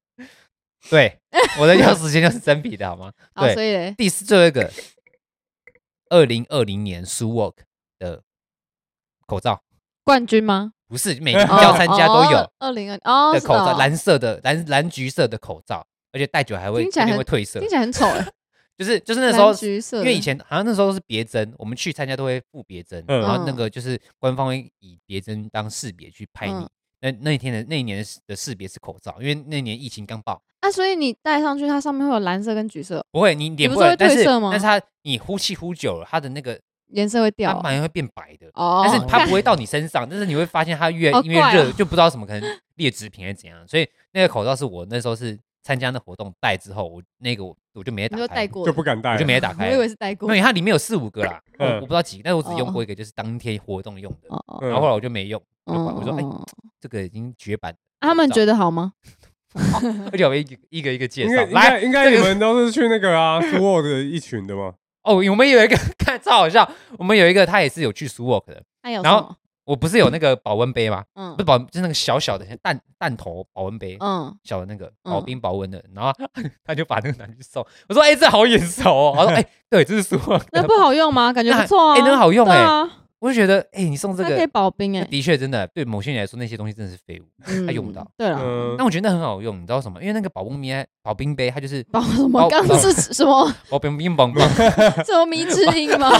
S3: 对我的钥匙圈就是真皮的好吗？
S2: 好，哦所
S3: 对，
S2: 以嘞，
S3: 第四最后一个，二零二零年 s u w o k 的口罩，
S2: 冠 军吗？
S3: 不是每年要参加都有。
S2: 二零二哦，
S3: 的
S2: 是
S3: 口罩，
S2: 哦
S3: 蓝色的蓝蓝橘色的口罩，而且戴久还会
S2: 听起
S3: 一
S2: 来
S3: 定会
S2: 很
S3: 褪色
S2: 听，起来很丑 哎，
S3: 就是就是那时候
S2: 蓝，橘色的，
S3: 因为以前好像那时候都是别针，我们去参加都会附别针，
S1: 嗯
S3: 然后那
S2: 嗯
S3: 个就是官方会以别针当识别去拍你
S2: 嗯。
S3: 那那一天的那一年的识别是口罩，因为那年疫情刚爆，
S2: 啊，所以你戴上去，它上面会有蓝色跟橘色，
S3: 不会你脸
S2: 不
S3: 不
S2: 是
S3: 会，
S2: 会
S3: 但
S2: 褪
S3: 是
S2: 色吗
S3: 但是它你呼气呼久了，它的那个
S2: 颜色会掉
S3: 它
S2: 啊
S3: 反而会变白的，
S2: 哦。
S3: 但是它
S2: 看
S3: 不会到你身上，但是你会发现它越
S2: 好
S3: 因为
S2: 怪哦
S3: 热就不知道什么可能劣质品还是怎样，所以那个口罩是我那时候是参加那活动戴之后，我那个我我就没
S2: 你
S3: 打
S2: 说
S3: 开
S2: 戴，过
S1: 就
S2: 的
S1: 不敢戴
S3: 我
S1: 了，
S3: 就没打
S2: 我
S3: 开
S2: 以，为是戴过
S3: 因为
S2: 的，
S3: 它里面有四五个啦，我
S1: 嗯
S3: 我不知道几个，但是我只用
S2: 哦
S3: 过一个，就是当天活动用的，
S2: 哦哦，
S3: 然后后来我就没用，就把我说哎
S2: 嗯嗯嗯
S3: 这个已经绝版，
S2: 啊他们觉得好吗？
S3: 而且我一个一个一个介
S1: 应
S3: 绍
S1: 该应
S3: 来
S1: 该应该
S3: 这
S1: 你
S3: 个
S1: 们都是去那个啊 s w o r d 一群的 嘛，
S3: 哦，我们有一个看超好笑，我们有一个他也是有去 s w o k 的，
S2: 还有
S3: 然
S2: 什
S3: 后
S2: 么
S3: 我不是有那个保温杯吗？
S2: 嗯
S3: 不是保就是那个小小的像弹弹头保温杯，
S2: 嗯，
S3: 小的那个保
S2: 嗯
S3: 冰保温的，然后他就把那个拿去送。我说：“哎、这好眼熟哦。”他说：“哎、对，这是苏旺的。”
S2: 那不好用吗？感觉
S3: 那
S2: 不错啊，
S3: 哎那个好用
S2: 对
S3: 哎
S2: 啊，
S3: 我就觉得，哎、你送这
S2: 它可以
S3: 个，
S2: 保冰哎，
S3: 的确真的对某些人来说，那些东西真的是废物。它用不
S2: 嗯
S3: 到
S2: 对了，
S1: 嗯
S3: 但，我觉啊得那很好用，你知道什么？因为那个保温杯，保冰杯，它就是
S2: 保什
S3: 保
S2: 么？刚
S3: 保
S2: 刚是什么
S3: 保冰冰棒棒，
S2: 什么迷之音 吗？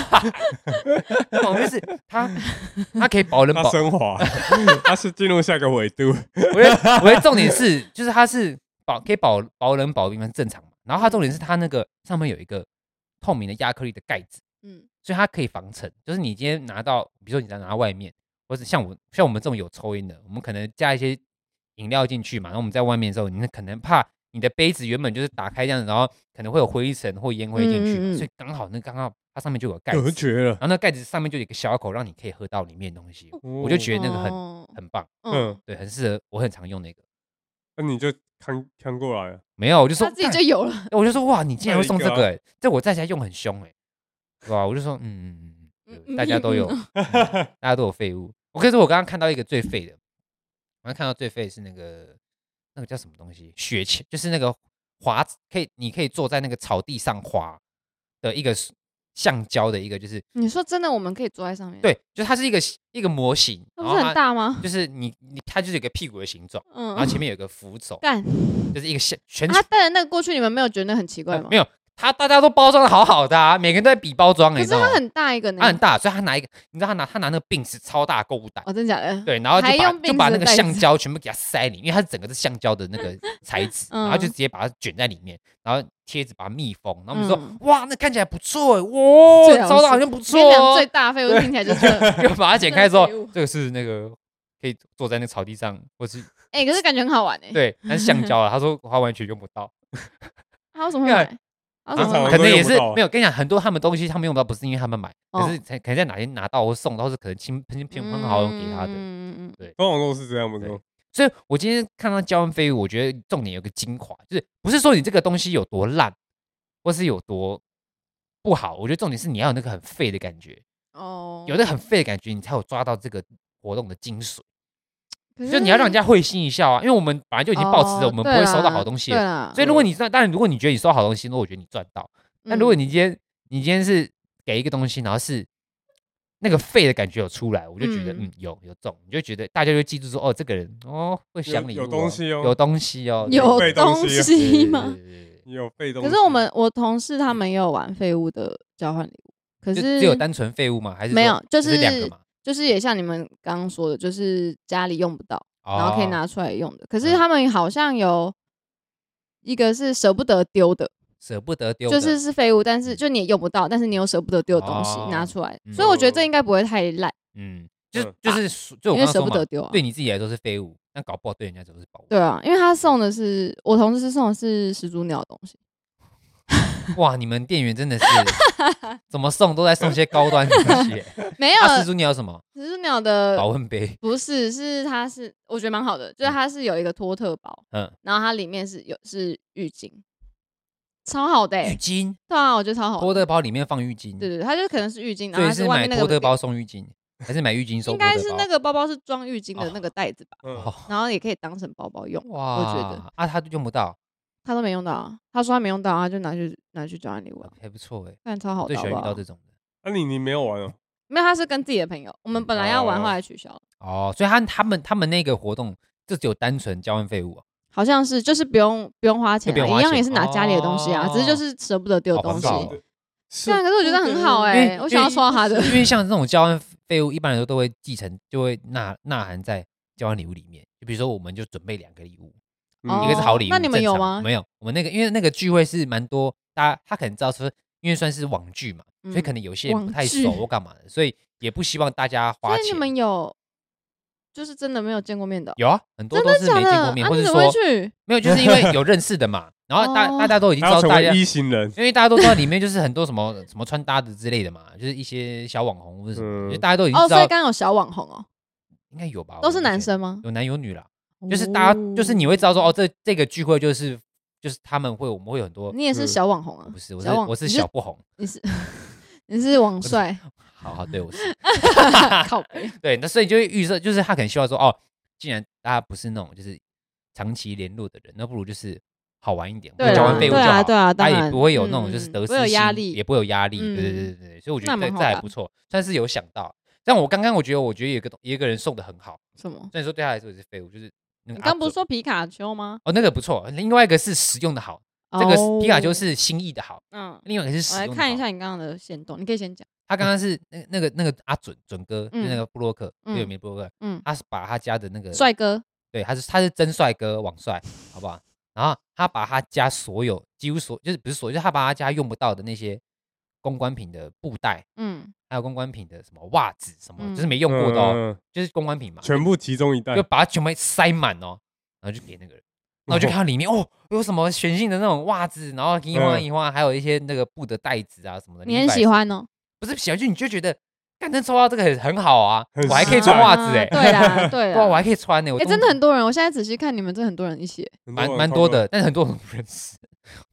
S3: 保就是它，它可以保人
S1: 它
S3: 保。
S1: 升 华，它是进入下个维度，
S3: 我觉得，我觉得重点是，就是它是保可以保保人保冰嘛，正常嘛。然后它重点是它那个上面有一个透明的亚克力的盖子。
S2: 嗯
S3: 所以它可以防尘。就是你今天拿到，比如说你拿拿外面，或者像我像我们这种有抽烟的，我们可能加一些饮料进去嘛，然后我们在外面的时候，你可能怕你的杯子原本就是打开这样子，然后可能会有灰尘或烟灰进去嘛，
S2: 嗯嗯嗯
S3: 所以刚好那刚好它上面就有盖子，
S1: 隔
S3: 然
S1: 绝了，
S3: 后那盖子上面就有一个小口，让你可以喝到里面的东西。我就觉得那个很
S2: 哦
S3: 很棒，
S1: 嗯，
S3: 对，很适合，我很常用那个。
S1: 那你就看看过来了，
S3: 没有，我就说
S2: 他自己
S3: 干
S2: 就有了，
S3: 我就说哇，你竟然会送这
S1: 还
S3: 个、欸，这我在家用很凶哎、欸，对吧？我就说嗯嗯嗯嗯
S2: 嗯
S3: 对，大家都有，
S2: 嗯
S3: 嗯大家都有废物。我可以说，我刚刚看到一个最废的，我刚看到最废的是那个那个叫什么东西，雪橇，就是那个滑，可以你可以坐在那个草地上滑的一个橡胶的一个，就是
S2: 你说真的，我们可以坐在上面？，
S3: 对，就是它是一个一个模型，
S2: 它
S3: 然
S2: 不
S3: 后
S2: 是很
S3: 它
S2: 大吗？
S3: 就是你你它就是有一个屁股的形状，
S2: 嗯
S3: 然后前面有一个扶手，
S2: 干，
S3: 就是一个橡全
S2: 啊他带的那个过去，你们没有觉得很奇怪
S3: 呃
S2: 吗？
S3: 没有，他大家都包装的好好的啊，每个人都在比包装哎、
S2: 可
S3: 欸，你
S2: 是
S3: 知道
S2: 它
S3: 吗
S2: 很大一个呢
S3: 它。很大，所以他拿一个，你知道他拿他拿那个 Binks 超大购物袋，
S2: 哦，真假的？
S3: 对，然后
S2: 还
S3: 就把
S2: 用
S3: 就把
S2: Binks
S3: 那
S2: 的
S3: 个
S2: 袋
S3: 橡
S2: 子
S3: 胶全部给它塞里，因为它整个是橡胶的那个材质，然后就
S2: 嗯
S3: 直接把它卷在里面，然后贴纸把它密封，然后我们就说
S2: 嗯
S3: 哇，那看起来不错哎，哇
S2: 最，好
S3: 烧的
S2: 是
S3: 好像不
S2: 我跟
S3: 错
S2: 你讲，
S3: 哦
S2: 最，大的废物听起来就是这个，
S3: 就把它剪
S2: 真
S3: 开
S2: 的
S3: 之后
S2: 废物，
S3: 这个是那个。可以坐在那个草地上，或 是
S2: 哎，可是感觉很好玩哎。，
S3: 对，但是橡胶啊，他说他完全用不到，
S2: 他为什么会
S3: 干
S2: 买？他为什
S1: 正
S2: 么会
S1: 常
S2: 买
S3: 可能也
S1: 用
S3: 是
S1: 不到啊
S3: 没有跟你讲，很多他们东西他们用不到，不是因为他们买，
S2: 哦
S3: 可是才可能在哪天拿到或送到，是可能亲朋亲朋好友给他的。
S2: 嗯嗯嗯
S1: 通常都是这样，不是吗？
S3: 所以我今天看到交换废物，我觉得重点有个精华，就是不是说你这个东西有多烂，或是有多不好，我觉得重点是你要有那个很废的感觉，
S2: 哦，
S3: 有那个很废的感觉，你才有抓到这个活动的精髓。
S2: 可
S3: 就是你要让人家会心一笑啊，因为我们本来就已经抱持着
S2: 哦
S3: 我们不
S2: 对
S3: 会收到
S2: 啦
S3: 好东西
S2: 对啊
S3: 了，
S2: 啦，
S3: 所以如果你赚，当然如果你觉得你收到好东西，那我觉得你赚到。那
S2: 嗯
S3: 如果你今天你今天是给一个东西，然后是那个废的感觉有出来，我就觉得嗯
S2: 嗯
S3: 有有中，你就觉得大家就记住说哦这个人哦会想礼物、
S1: 有东西哦
S3: 有东西哦，
S2: 嗯
S3: 对
S2: 有
S1: 被
S3: 对
S1: 东
S2: 东
S1: 西啊
S3: 对对
S2: 西
S3: 对
S2: 吗？
S3: 对对对
S1: 你有被动，
S2: 可是我们我同事他们也有玩废物的交换礼物，可
S3: 就是只有单纯废物吗？还是
S2: 没
S3: 说
S2: 有就
S3: 只两个
S2: 是
S3: 嘛，
S2: 就是也像你们刚刚说的，就是家里用不到，然后可以
S3: 哦
S2: 拿出来用的。可是
S3: 嗯
S2: 他们好像有一个是舍不得丢的，
S3: 舍不得丢的，
S2: 就是是废物，但是就你也用不到，但是你又舍不得丢的东西
S3: 哦
S2: 拿出来
S3: 嗯，
S2: 所以我觉得这应该不会太烂，
S3: 嗯，就
S1: 嗯
S3: 就是属就我
S2: 啊
S3: 刚
S2: 因为
S3: 刚
S2: 舍
S3: 说
S2: 不
S3: 嘛
S2: 得，丢啊。
S3: 对你自己来说是废物，但搞不好对人家就是宝物。
S2: 对啊，因为他送的是我同事是送的是始祖鸟的东西，
S3: 哇，你们店员真的 是怎么送都在送些高端东西耶。
S2: 没有呃
S3: 那蜘蛛你有什么
S2: 始祖鸟的
S3: 啊保嗯温杯？
S2: 不是，是它是我觉得蛮好的，就是它是有一个托特包，
S3: 嗯，
S2: 然后它里面是有是浴巾，超好的、
S3: 浴
S2: 欸，
S3: 巾，
S2: 对啊，我觉得超好
S3: 托
S2: 的。
S3: 特包里面放浴巾，
S2: 对对对，它就可能是浴巾，
S3: 嗯所
S2: 然
S3: 以
S2: 后它
S3: 是
S2: 外
S3: 买
S2: 面那
S3: 托
S2: 个
S3: 特包送浴巾，还是买浴巾送托特
S2: 应
S3: 包？
S2: 该是那个包包是装浴巾的那个袋子吧，
S1: 嗯，
S3: 哦
S2: 然后也可以当成包包用。
S3: 哇，
S2: 觉得
S3: 啊，他用不到，
S2: 他都没用到、啊，他说他没用到、啊，他就拿去拿去交换礼物、啊，
S3: 还不错哎，
S2: 但超好
S3: 最
S2: 的
S3: 喜
S2: 好
S3: 欢
S2: 不
S3: 遇到
S2: 好
S3: 这？种的
S1: 那你你没有玩哦？
S2: 没有，他是跟自己的朋友，我
S3: 嗯
S2: 们本来要玩，
S1: 哦
S2: 后来取消了，
S3: 哦。所以他他们他们那个活动就只有单纯交换废物哦，
S2: 好像是就是不用不用花钱
S3: 不用
S2: 啊，
S3: 花
S2: 一样
S3: 钱
S2: 也是拿家里的东西啊，只是
S3: 哦
S2: 就是舍不得丢
S3: 好
S2: 东
S3: 环
S2: 西。
S3: 保
S1: 是
S3: 哦
S1: 的
S2: 对啊，可是我觉得很好
S3: 因为
S2: 哎、
S3: 因为
S2: 我想要抽到他的。
S3: 因为像这种交换废物，一般来说都会继承，就会纳纳含在交换礼物里面。就比如说，我们就准备两个礼物，
S2: 哦
S3: 嗯一个是好礼物，
S2: 那你们有
S3: 正常
S2: 吗
S3: 没有，我们那个因为那个聚会是蛮多，大家他可能知道说，因为算是网剧嘛，所以可能有些人不太熟
S2: 嗯网剧
S3: 或干嘛的，所以也不希望大家花
S2: 所
S3: 钱。
S2: 以你们有就是真的没有见过面的哦，
S3: 有啊，很多
S2: 真
S3: 都
S2: 的
S3: 是
S2: 假
S3: 没见过
S2: 的？
S3: 面，
S2: 啊，
S3: 或
S2: 你
S3: 者
S2: 怎么会
S3: 说
S2: 去？
S3: 没有，就是因为 有认识的嘛。然后大
S2: 哦
S3: 大家都已经
S1: 他要
S3: 知道
S1: 成
S3: 大家
S1: 为一行人，
S3: 因为大家都知道里面就是很多什么什么穿搭的之类的嘛，就是一些小网红或者什么，
S1: 嗯
S3: 因为大家都已经
S2: 哦，
S3: 知
S2: 所以
S3: 道，
S2: 刚刚有小网红哦，
S3: 应该有吧？
S2: 都
S3: 我
S2: 是
S3: 目前
S2: 男，生哦吗？
S3: 有男有女啦，就是大家就是你会知道说哦，这这个聚会就是就是他们会我们会有很多
S2: 哦，你也是小网红啊？
S3: 呃不是我是
S2: 小网
S3: 我是
S2: 你
S3: 小不红，
S2: 你是你是网
S3: 是
S2: 帅，
S3: 好好对我是
S2: 靠北
S3: 对，那所以就会预设就是他可能希望说哦，既然大家不是那种就是长期联络的人，那不如就是。好玩一点，不如
S2: 对
S3: 交
S2: 啦
S3: 换废物就
S2: 对
S3: 好，
S2: 啊对啊
S3: 他
S2: 当
S3: 也
S2: 然
S3: 不会有那种就是
S2: 嗯
S3: 得
S2: 不
S3: 失
S2: 会有压
S3: 心
S2: 力
S3: 也不会有压力，对对对
S2: 嗯
S3: 对对，所以我觉
S2: 那
S3: 得这
S2: 蛮好
S3: 这还
S2: 的啊
S3: 不错，算是有想到。但我刚刚我觉得，我觉得有一个东有一个人送的很好，
S2: 什么？
S3: 虽然说对他来说也是废物，就是那
S2: 你
S3: 个阿
S2: 刚不
S3: 哲
S2: 是说皮卡丘吗？
S3: 哦，那个不错，另外一个是实用的好，这个是皮卡丘
S2: 哦
S3: 是心意的好，
S2: 嗯，
S3: 另外一个是实
S2: 我
S3: 用
S2: 来
S3: 的
S2: 看一
S3: 好
S2: 下你刚刚的线动，你可以先讲。
S3: 他刚刚是那那个那个阿准准哥，就是那
S2: 嗯
S3: 个布洛克，
S2: 嗯
S3: 对，没布洛克，
S2: 嗯，
S3: 他是把他家的那个，
S2: 帅哥，
S3: 对，他是他是真帅哥，网帅，好不好？然后他把他家所有几乎所就是不是所有，就是他把他家用不到的那些公关品的布袋，
S2: 嗯，
S3: 还有公关品的什么袜子什么，
S2: 嗯
S3: 就是没用过的哦，
S1: 嗯
S3: 就是公关品嘛，
S1: 全部集中一袋
S3: 就，把它全部塞满哦，然后就给那个人。然后就看到里面哦，有什么全新的那种袜子，然后一花
S1: 嗯
S3: 一花，还有一些那个布的袋子啊什么的。
S2: 你很
S3: Levi's
S2: 喜欢哦，
S3: 不是喜欢，就你就觉得，干，能抽到这个很很好啊
S1: 很，
S3: 我还可以
S1: 时
S3: 穿
S1: 尚
S3: 袜
S2: 啊
S3: 子哎、欸，
S2: 对 啦，对
S3: 哇，我
S2: 啦，
S3: 还可以穿呢、欸我
S2: 哎，
S3: 都
S2: 真的很多人，我现在仔细看你们，真的很多人一起，
S1: 很啊
S3: 蛮
S1: 人
S3: 蛮
S1: 看
S3: 多
S1: 不到，
S3: 的，但是很多人都不认识，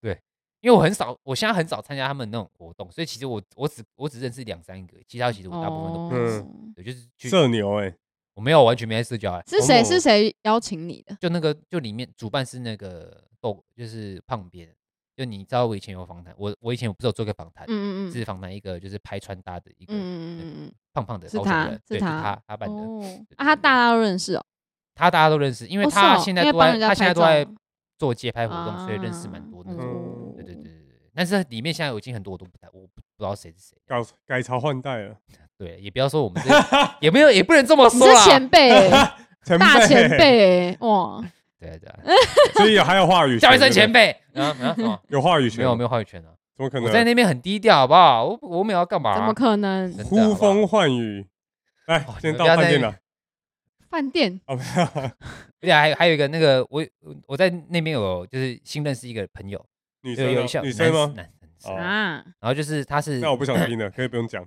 S3: 对，因为我很少，我现在很少参加他们那种活动，所以其实我我只我只认识两三个，其他其实我大部分都不
S1: 认
S3: 认
S1: 识
S3: 识，
S2: 哦
S3: 对，就是去
S1: 社牛哎，
S3: 我没有完全没在社交、欸，
S2: 是
S1: 哦
S2: 谁是谁邀请你的？
S3: 就那个就里面主办是那个豆，就是胖边，就你知道我以前有访谈，我我以前不是有做个访谈，
S2: 嗯嗯嗯
S3: 是访谈一个就是拍穿搭的一个、
S2: 嗯嗯
S3: 对
S2: 嗯
S3: 胖胖的
S2: 是
S3: 高雄
S2: 他
S3: 人
S2: 是
S3: 对，是
S2: 他
S3: 他他办的。
S2: 哦
S3: 对，
S2: 啊，他大家都认识哦，
S3: 他大家都认识，因为
S2: 哦
S3: 他
S2: 是哦
S3: 现在
S2: 因为
S3: 都
S2: 帮
S3: 在、
S2: 人家
S3: 他现在
S2: 拍
S3: 都在
S2: 照
S3: 做街拍活动，
S2: 啊，
S3: 所以认识蛮多的那种。
S2: 嗯
S3: 对对对对对，但是里面现在有已经很多我都不太，我不不知道谁是谁。
S1: 改改朝换代 了，
S3: 对，也不要说我们 这也没有也不能这么
S2: 哦你
S3: 说
S2: 是
S3: 啦。
S2: 前辈欸，
S1: 前
S2: 大
S1: 辈
S2: 前，辈欸，哇，
S3: 对啊对啊，
S1: 所以有还有话语权，
S3: 叫一声
S1: 对不对
S3: 前辈啊啊！哦
S1: 有话语权，
S3: 没有没有话语权啊，
S1: 怎么可
S3: 我在
S1: 能？
S3: 那边很低调，好不好？我我们要干嘛啊？
S2: 怎么可能？
S3: 真的
S1: 呼
S3: 好不
S1: 风
S3: 好
S1: 唤雨，来
S3: 啊哦，
S1: 先
S3: 你们
S1: 到
S3: 不要
S1: 饭
S3: 在
S1: 店
S3: 那
S1: 了，
S2: 饭店
S1: 哦，没有，
S3: 而且啊还还有一个那个我我在那边有就是新认识一个朋友，
S1: 女
S3: 有
S1: 生
S3: 有
S1: 呢
S3: 一项
S1: 女
S3: 男
S1: 生吗？
S3: 男生是
S1: 哦
S2: 啊，
S3: 然后就是他是
S1: 那我不想听了，可以不用 讲。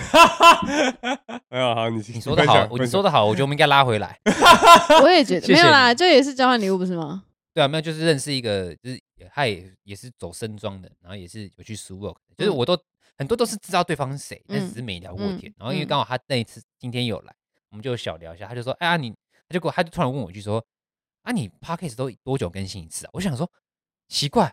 S1: 哎呀，好，你
S3: 你
S1: 你
S3: 说的
S1: 分
S3: 好
S1: 享，
S3: 你
S1: 分
S3: 说
S1: 享
S3: 的好，我觉得我们应该拉回来。
S2: 我也觉得
S3: 谢
S2: 没
S3: 谢
S2: 有啦，就也是交换礼物不是吗？
S3: 对啊，没有，就是认识一个，就是也他也也是走深装的，然后也是有去 s w o r k 就是
S2: 嗯
S3: 我都、很多都是知道对方是谁，但
S2: 嗯
S3: 只是没聊过
S2: 嗯
S3: 天。然后因为
S2: 嗯
S3: 刚好他那一次今天有来，我们就小聊一下，他就说，哎呀你，他就给我他就突然问我一句说，啊你 podcast 都多久更新一次啊？我想说奇怪，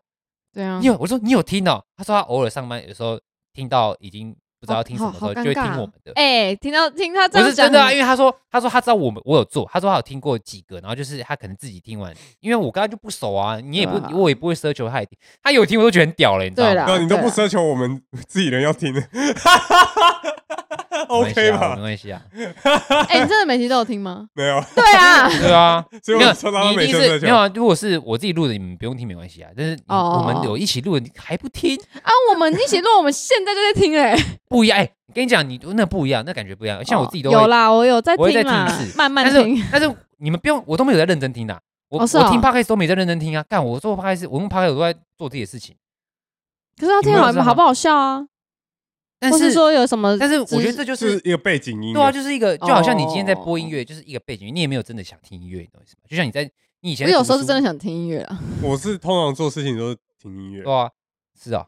S2: 对啊
S3: 你，有我说你有听哦，他说他偶尔上班有时候听到已经不知道
S2: 好
S3: 听什么
S2: 好
S3: 时候
S2: 好
S3: 就
S2: 尴
S3: 会听
S2: 尬
S3: 我们的。
S2: 哎，听到听他这
S3: 我
S2: 样
S3: 是
S2: 讲
S3: 真的啊，
S2: 很
S3: 因为他说，他说他知道我们我有做，他说他有听过几个，然后就是他可能自己听完，因为我跟他就不熟啊，你也不、
S2: 对啊
S3: 我也不会奢求他也听，他有听我都觉得很屌了，你知道
S2: 对
S3: 吗
S2: 啦
S1: 对啊，你都
S2: 对
S1: 不
S2: 啦
S1: 奢求我们自己人要 听
S3: 没关
S1: ，OK
S3: 系啊，没
S1: 吧？？
S3: 关系啊，
S2: 哎，你真的每集都有听吗
S1: 没有，
S2: 对啊，
S3: 对啊，
S1: 所以
S3: 没有
S1: 我说他
S3: 你
S1: 每
S3: 一定
S1: 次
S3: 是
S1: 奢
S3: 没有
S1: 求。
S3: 啊，如果是我自己录的，你们不用听没关系啊，但是你
S2: 哦
S3: 我们有一起录的，你还不听，
S2: 啊，我们一起录，我们现在就在听哎，
S3: 不一样，哎，跟你讲，你那不一样，那感觉不一样， 像我自己都
S2: 哦有
S3: 会，
S2: 啦，我有在
S3: 我会再
S2: 听啦
S3: 听一，次
S2: 慢慢
S3: 但
S2: 听
S3: 是。但是你们不用，我都没有在认真听的、我、
S2: 哦是
S3: 我听
S2: 哦
S3: podcast 都没在认真听啊，干我做 podcast，我用 podcast 我都在做自己的事情。
S2: 可是他听好
S3: 有没有
S2: 好不好笑啊？
S3: 但
S2: 或是
S3: 是
S2: 说有什么？
S3: 但是我觉得这，就是
S1: 是一个背景音乐，
S3: 对啊，就是一个就好像你今天在播音
S2: 哦
S3: 乐，就是一个背景，你也没有真的想听音乐，你懂我意思吗？就像你在你以前
S2: 我
S3: 在
S2: 有
S3: 读
S2: 时候是
S3: 书
S2: 真的想听音乐啊，
S1: 我是通常做事情都是听音乐
S3: 对，啊，是啊，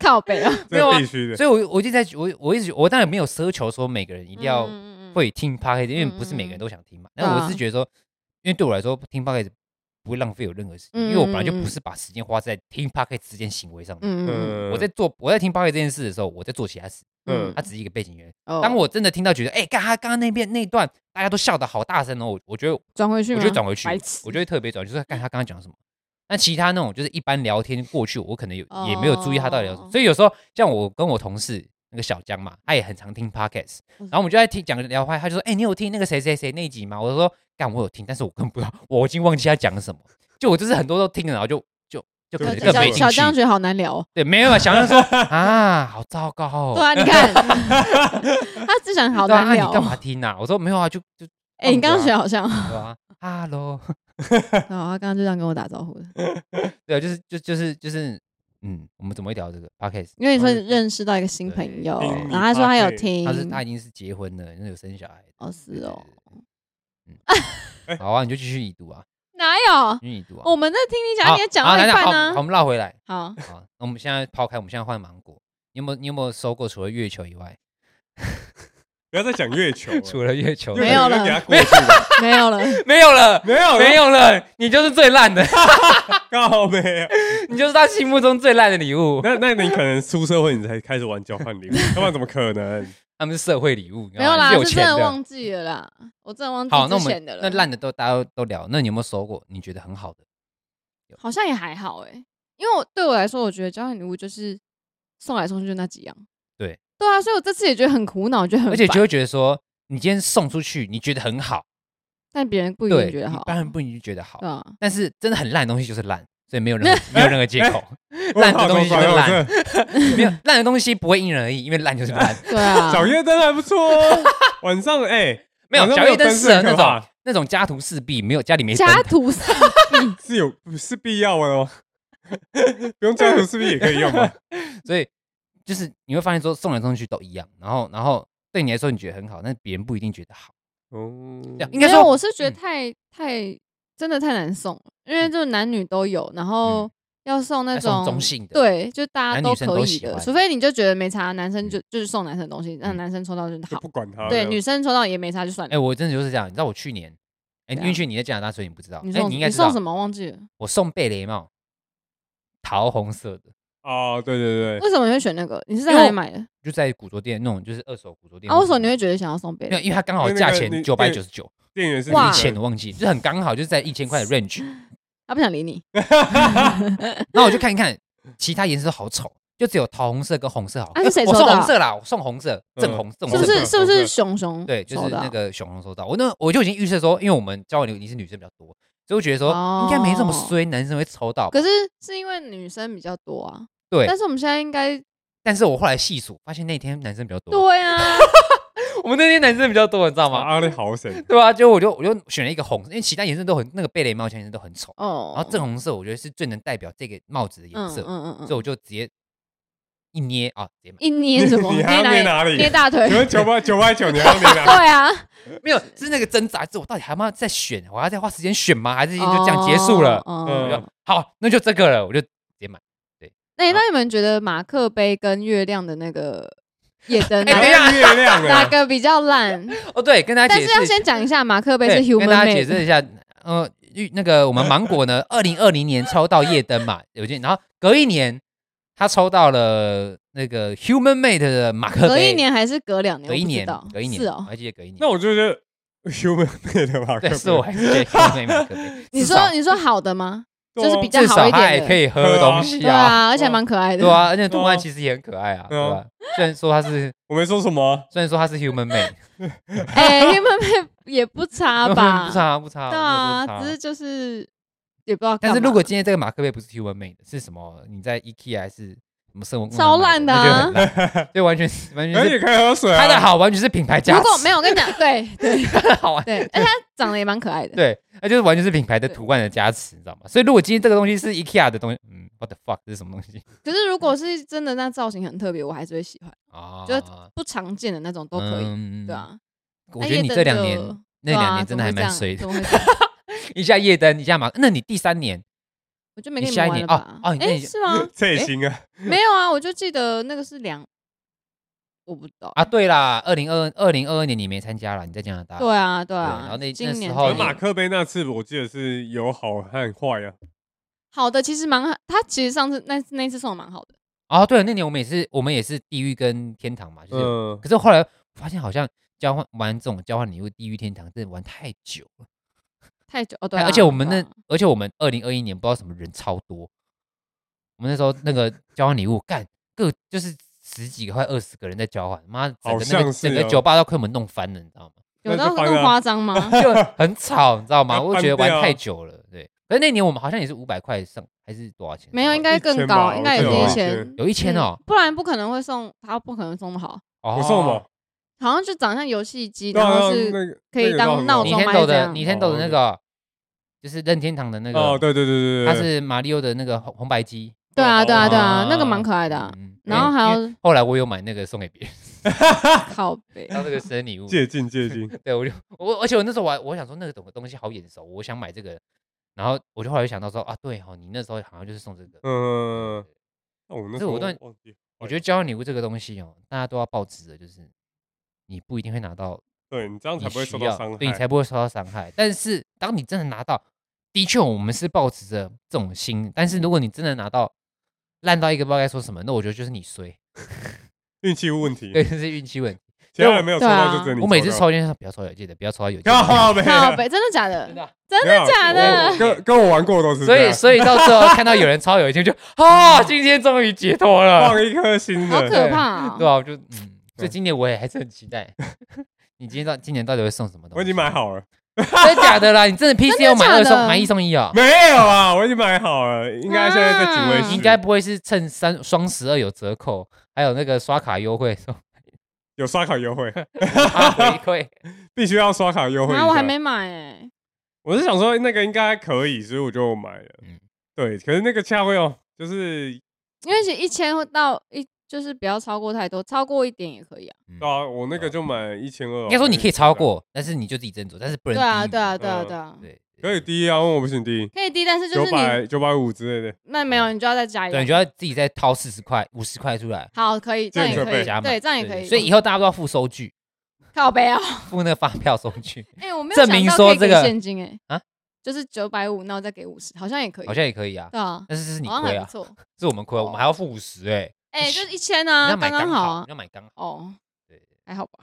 S2: 靠背啊，
S3: 没有
S1: 这
S3: 啊
S1: 必须的。
S3: 所以我我一直在我我一直我当然没有奢求说每个人一定要
S2: 嗯嗯嗯嗯啊
S3: 会听 p o d c a s t 因为不是每个人都想听嘛。但我是觉得说，因为对我来说听 p o d c a s t 不会浪费有任何时间，因为我本来就
S2: 嗯嗯嗯
S3: 不是把时间花在听 p o d c a s t 这件行为上面。
S2: 嗯嗯
S1: 嗯
S3: 我在做我在听 p o d c a s t 这件事的时候，我在做其他事，
S2: 嗯
S1: 嗯
S3: 它只是一个背景音乐。
S2: 嗯。
S3: 呃当我真的听到觉得，哎、刚他刚刚那边那一段大家都笑得好大声哦，我我觉得
S2: 转回去
S3: 我
S2: 吗，
S3: 就会转回去
S2: 啊白，痴
S3: 我就会特别转，就是看他刚刚讲什么。那其他那种就是一般聊天过去，我可能有
S2: 哦
S3: 也没有注意他到底聊什么，所以有时候像我跟我同事那个小江嘛，他也很常听 podcast，然
S2: 嗯
S3: 后我们就在听讲聊话，他就说：“哎、你有听那个谁谁谁那一集吗？”我就说：“干，我有听，但是我根本不知道，我已经忘记他讲了什么。就我就是很多都听了，然后就就就可能
S1: 对
S3: 更
S2: 小
S3: 没
S2: 小
S3: 兴
S2: 江
S3: 趣。
S2: 觉得好难聊哦，
S3: 对，没有办法想象说啊，好糟糕哦。
S2: 对啊，你看他只想好
S3: 对啊，
S2: 难
S3: 啊
S2: 聊
S3: 你干
S2: 哦。
S3: 嘛听啊？我说没有啊，就就
S2: 哎，你刚刚
S3: 放
S2: 学
S3: 着啊
S2: 好 像，对
S3: 对啊，Hello，
S2: 啊，他刚刚就这样跟我打招呼的，
S3: 对啊，就是就就是就是，嗯，我们怎么会聊这个 podcast？
S2: 因为你说
S1: 对
S2: 认识到一个新朋友
S1: 听，
S2: 然
S1: 你
S2: 后他说他有
S1: 搭配
S2: 听，
S3: 他是他已经是结婚了，那有生小孩的。
S2: 哦是哦
S3: 对，对对对对嗯嗯好啊，你就继续你读啊，
S2: 哪有？
S3: 继续你读啊。
S2: 我们在听你讲，你也讲
S3: 好
S2: 到啊一
S3: 好
S2: 半
S3: 好好，我
S2: 呢。
S3: 们绕回来。
S2: 好，
S3: 好，那我们现在抛开，我们现在换芒果。你有没有你有没有收过除了月球以外，
S1: 不要再讲月球了，
S3: 除了月球
S1: 月球
S2: 没有
S1: 你就
S2: 了
S1: 给他过去 吧，
S2: 没有了，
S3: 没有了，
S1: 没有了
S3: 没有了，你就是最烂的，
S1: 告没。
S3: 你就是他心目中最烂的礼物，
S1: 那那你可能出社会你才开始玩交换 礼物，要不然怎么可能？
S3: 他们是社会礼物，你知
S2: 没
S3: 道
S2: 有
S3: 吗
S2: 啦，
S3: 是有
S2: 是真
S3: 钱
S2: 的
S3: 的。
S2: 忘记了啦，我真的忘
S3: 好，那
S2: 记
S3: 我
S2: 之前
S3: 们
S2: 的了。
S3: 那烂的都大家都聊，那你有没有收过你觉得很好的？
S2: 好像也还好哎、因为我对我来说，我觉得交换礼物就是送来送去就那几样。
S3: 对
S2: 对啊，所以我这次也觉得很苦恼，就很烦
S3: 而且就会觉得说，你今天送出去，你觉得很好，
S2: 但别人不一
S3: 对，
S2: 定觉得好，嗯
S3: 当然不一定觉得好
S2: 对， 啊，
S3: 但是真的很烂的东西就是烂，所以没有任何没有任何借口， 烂的东西就是
S1: 哎我靠
S3: 烂，没有烂的东西不会因人而异，因为烂就 是烂。
S2: 对 啊，
S1: 小夜灯还不错哦。晚 上哎，
S3: 没有
S1: 晚上
S3: 小夜灯适合那
S1: 很可怕
S3: 种那种家徒四壁，没有家里没灯，
S2: 家徒四壁
S1: 是有是必要的哦， 不用家徒四壁也可以用啊吧？
S3: 所以就是你会发现说送来送去都一样，然后然后对你来说你觉得很好，但是别人不一定觉得好。
S1: 哦，
S3: 这样应
S2: 嗯没
S3: 该
S2: 有，
S3: 说
S2: 我是觉得
S3: 嗯
S2: 太、太真的太难送了，因为就是男女都有，然后
S3: 嗯
S2: 要送那
S3: 要送
S2: 种
S3: 中性的
S2: 对，就大家
S3: 男
S2: 都
S3: 女生
S2: 可
S3: 都
S2: 以
S3: 喜
S2: 的，
S3: 欢
S2: 除非你就觉得没差，男生就
S3: 嗯
S2: 就是送男生的东西，让
S3: 嗯
S2: 男生抽到就是
S1: 就
S2: 好
S1: 不，管他了。
S2: 对，女生抽到也没差就算
S3: 哎、
S2: 了。
S3: 我真的就是这样，你知道我去年，哎、
S2: 怎样
S3: 因为去年你在加拿大，所以你不知道，
S2: 你
S3: 哎
S2: 送、
S3: 你应该
S2: 你
S3: 知道
S2: 送什么忘记了？
S3: 我送贝雷帽，桃红色的，
S1: 哦，对对对，
S2: 为什么你会选那个？你是在
S3: 哎因为
S2: 哪
S3: 我
S2: 里买的？
S3: 就在古着店那种，就是二手古着店。
S2: 啊，为什么你会觉得想啊要送贝
S3: 没有，
S2: 雷？
S3: 因为它刚好
S1: 因为那
S3: 价
S1: 个
S3: 钱
S1: 你
S3: 九百九十九，
S1: 店员是
S2: 哇
S3: 一千我忘记，就是很刚好，就是在一千 块的 range。
S2: 他啊不想理你。
S3: 然后我就看一看，其他颜色都好丑，就只有桃红色跟红色好看。
S2: 啊是谁
S3: 我
S2: 收
S3: 送
S2: 到
S3: 红色啦，我送红色，
S1: 嗯
S3: 正红，正
S2: 是
S3: 红
S2: 不
S3: 色。
S2: 是
S1: 是
S2: 是不是熊熊
S3: 对，就
S2: 收啊
S3: 是
S2: 到
S3: 那个熊熊收到，我那我就已经预设说，因为我们交往流你是女生比较多，所以我觉得说应该没这么
S2: 哦
S3: 衰，男生会抽到吧。
S2: 可是是因为女生比较多啊。
S3: 对
S2: 但是我们现在应该
S3: 但是我后来细数，发现那天男生比较多。
S2: 对啊，
S3: 我们那天男生比较多，你知道吗？
S1: 阿里好神，
S3: 对啊，就我就我就选了一个红，因为其他颜色都很那个贝雷帽，其他颜色都很丑。
S2: 哦。
S3: 然后正红色我觉得是最能代表这个帽子的颜色，
S2: 嗯嗯
S3: 所以
S2: 嗯，
S3: 我就直接一捏啊，直接买
S2: 一捏什么？
S1: 你你还要捏哪里
S2: 捏大腿
S1: 请。问九百九百九你要你哪？
S2: 对啊，
S3: 没有是那个挣扎，是我到底还要不要再选，我还要再花时间选吗？还是就这样结束了？
S2: 哦
S3: 我
S1: 嗯
S3: 就好，那就这个了，我就直接买。
S2: 那那你们觉得马克杯跟月亮的那个夜灯
S3: 哎
S2: 哪
S3: 等一
S2: 个
S3: 下
S1: 哪月亮
S2: 哪
S1: 啊？
S2: 个比较烂？
S3: 哦，对，跟大家
S2: 但
S3: 解
S2: 是
S3: 释，
S2: 要先讲一下，马克杯
S3: 对
S2: 是
S3: 哎跟大家
S2: human
S3: 解
S2: made，
S3: 释一下，呃，玉那个我们芒果 呢，二零二零年抽到夜灯嘛，有件，然后隔一年他抽到了那个 Human Made 的马克杯，
S2: 隔一年还是隔两年？
S3: 隔一年
S2: 我不知道，
S3: 隔一年，哎
S2: 是
S3: 我
S2: 哦。
S3: 还记得隔一年。
S1: 那我就觉得 human 配的马克
S3: 对，
S1: 杯
S3: 是我还是觉得 Human Made 马克杯。
S2: 你
S3: 至少
S2: 说你说好的吗？
S1: 对
S2: 就是
S1: 啊
S2: 比较
S3: 至
S2: 好
S3: 少
S2: 一
S3: 他
S2: 点
S3: 还
S2: 的
S3: 可以喝
S1: 对啊
S3: 东西
S2: 对
S3: 啊，
S2: 啊，而且
S1: 哇
S2: 蛮可爱的。
S3: 对啊，而且图
S1: 对啊
S3: 案其实也很可爱啊，
S1: 对啊
S3: 对吧？虽然说他是，
S1: 我没说什么啊，
S3: 虽然说他是 Human Made，
S2: 哎、欸，们也不差 吧？
S3: 不差啊不差啊，
S2: 对
S3: 我没有说不
S2: 啊，只
S3: 差
S2: 是就是也不知道
S3: 但
S2: 干嘛。
S3: 是如果今天这个马克杯不是 Human Made 的，是什么？你在 IKEA 还是什么生活工厂
S2: 超
S3: 买
S2: 烂的啊
S3: 那就很烂，对，完全是完全
S1: 而且
S3: 是
S1: 可以喝水啊。？
S3: 拍的好，完全是品牌加
S2: 如
S3: 持。
S2: 果没有，我跟你讲，对对
S3: 拍的好玩，
S2: 对，而且它长得也蛮可爱的。
S3: 对，那就是完全是品牌的图案的加持，你知道吗？所以如果今天这个东西是 IKEA 的东西，嗯，我 what the fuck 这是什么东西
S2: 可是如果是真的那造型很特别，我还是会喜欢，
S3: 啊？
S2: 就是不常见的那种都可以，
S3: 以
S2: 对。啊。
S3: 我
S2: 那
S3: 觉得
S2: 夜
S3: 你这
S2: 灯
S3: 两
S2: 就
S3: 年那
S2: 对啊
S3: 两年真的还蛮
S2: 怎
S3: 衰
S2: 么会这
S3: 的
S2: 样，怎么会这样
S3: 一下夜灯，一下马，那你第三年
S2: 我就没跟
S3: 你
S2: 你
S3: 下一
S2: 们玩
S3: 年
S2: 了吧
S3: 哦？哦那
S2: 哎，
S3: 你
S2: 是吗
S1: 这也行啊，
S2: 没有啊，我就记得那个是两，我不知道。
S3: 啊？对啦，二零二二零二二年你没参加了，你在加拿大。
S2: 对啊，对
S3: 啊
S2: 啊。
S3: 然后那那
S2: 今
S3: 时
S2: 年
S3: 候
S2: 就
S3: 你
S2: 有
S1: 马克杯那次我记得是有好和坏啊，
S2: 好的，其实蛮好他其实上次那那一次送的蛮好的，
S3: 啊，对了，那年我们也是我们也是地狱跟天堂嘛，就是。
S1: 嗯，
S3: 可是后来发现好像交换玩这种交换礼物地狱天堂，真的玩太久了。
S2: 太久哦对啊、
S3: 而且我们
S2: 对
S3: 那
S2: 啊，
S3: 而且我们二零二一年不知道什么人超多，我们那时候那个交换礼物干各就是十几个快二十个人在交换，妈整
S1: 好
S3: 个那个
S1: 像是
S3: 整个
S1: 哦
S3: 酒吧都快被我们弄翻了，你知道吗？
S2: 有
S1: 那
S2: 到
S1: 就翻
S2: 那么
S1: 了
S2: 夸张吗？
S3: 就很吵，你知道 吗？
S1: 要
S3: 我就觉得
S1: 翻
S3: 玩
S1: 掉
S3: 太久了，对。可是那年我们好像也是五百块上，还是多少钱？
S2: 没有，应该更
S1: 1000吧
S2: 高，应该也
S3: 我记得
S2: 是
S3: 有
S2: 一
S3: 一
S1: 千
S2: 千，
S3: 有一千哦
S2: 嗯，不然不可能会送，他不可能送的好，
S3: 哦
S1: 我送嘛，
S2: 好像就长得像游戏机，
S1: 对
S2: 然
S1: 啊
S2: 后
S1: 那
S2: 是
S1: 个
S2: 可以
S1: 那个
S2: 当
S1: 倒很
S2: 闹
S1: 好
S3: 你
S2: 钟
S3: 天
S2: 哦
S3: 斗
S2: 买这
S3: 的
S2: 样
S3: 你天斗的
S1: 哦
S3: 那
S1: ，OK
S3: 个，就是任天堂的那
S1: 哦，
S3: 个，
S1: 对对对对对，
S3: 它是马里奥的那个红红白机，
S2: 对啊对啊对啊，那个
S3: 哦
S2: 蛮可 爱的啊，
S3: 嗯
S2: 然后还
S3: 因为
S2: 有
S3: 后来我有买那个送给别人
S2: 靠背，
S3: 当这个生 日礼物，
S1: 借镜借镜，
S3: 对，我就我而且我那时候我还我想说那个东东西好眼熟，我想买这个，然后我就后来就想到说啊，对哦，你那时候好像就是送这个。
S1: 嗯，哦，那
S3: 这
S1: 时候
S3: 我都
S1: 忘记，
S3: 我觉得交换礼物这个东西哦，大家都要保持的，就是你不一定会拿到
S1: 对你这样
S3: 你
S1: 才不会受
S3: 需
S1: 到
S3: 要，
S1: 伤害，
S3: 对你才不会受到伤害。但是当你真的拿到，的确我们是抱持着这种心，但是如果你真的拿到烂到一个不知道该说什么，那我觉得就是你衰，
S1: 运气问题，
S3: 对，这是运气问题。
S1: 其他人没有抽到就只有你
S3: 我每次
S1: 到
S3: 抽签说不要抽到有记得不要抽 到有记
S1: 靠
S3: 得，
S1: 背啊，
S2: 靠背，真的 假
S3: 真
S2: 的？啊
S3: 的。
S2: 真
S1: 没有
S2: 的假
S1: 我
S2: 的
S1: 我？跟跟我玩过都是啊
S3: 所
S1: 这
S3: 以
S1: 样，
S3: 所以到最后看到有人抽有一天就啊，今天终于解脱了，
S1: 放一颗新
S2: 好
S1: 的，
S2: 可怕
S3: 对啊
S2: 哦！
S3: 吧？我就
S1: 啊
S3: 嗯，所以今年我也还是很期待。 你今天到今年到底会送什么东西？
S1: 我已经买，好了，
S3: 真的假的啦？你真的 PC 要买
S2: 假
S3: 二送
S2: 的
S3: 买一送一啊？
S1: 没有啊，我已经买好了，应该现在在警卫
S2: 啊
S1: 室，
S3: 应该不会是趁三双十二有折扣，还有那个刷卡优惠，送
S1: 有刷卡优惠，
S3: 他 回馈。
S1: 必须要刷卡优惠一
S2: 然
S1: 下。
S3: 啊
S2: 啊后我还没买哎，
S1: 我是想说那个应该可以，所以我就买了。
S3: 嗯
S1: 对，可是那个价位哦，就是
S2: 因为其实一千到一就是不要超过太多，超过一点也可以啊。
S3: 嗯
S1: 对啊，我那个就买一千二。啊
S3: 应该说你可以超，
S1: 哦
S3: 过，但是你就自己斟酌，但是不能
S2: 对啊，
S3: 低于
S2: 对啊，对啊，
S1: 嗯
S2: 对啊，
S3: 对，
S1: 可以低啊，问我不行低，
S2: 可以低，但是就
S1: 九
S2: 是你
S1: 百九百五之类的。
S2: 那没有，你就要再加一
S3: 对，你
S2: 个。
S3: 就要自己再掏四十块、五十块出来，
S2: 好，可以，
S1: 这
S2: 这
S1: 样
S2: 样也
S1: 可
S2: 可
S1: 以
S2: 以，
S3: 加码
S2: 对，这样也可以。
S3: 哎所以以后大家都要付收据，
S2: 靠背啊，
S3: 付那个发票收据，
S2: 哎，我没有
S3: 证明
S2: 想
S3: 说
S2: 到可
S3: 这
S2: 以给
S3: 个
S2: 现金哎
S3: 啊，
S2: 就是九百五，那我再给五十，好像也可以，
S3: 好像也可以啊。
S2: 对 啊，
S3: 但是这是你
S2: 好像
S3: 亏
S2: 还不
S3: 啊，
S2: 错。
S3: 是我们亏，我们还要付五十哎，
S2: 哎，就是一千
S3: 你
S2: 啊，
S3: 要买
S2: 刚
S3: 刚
S2: 好啊
S3: 你。要买刚好。
S2: 哦
S3: 对，
S2: 还好吧。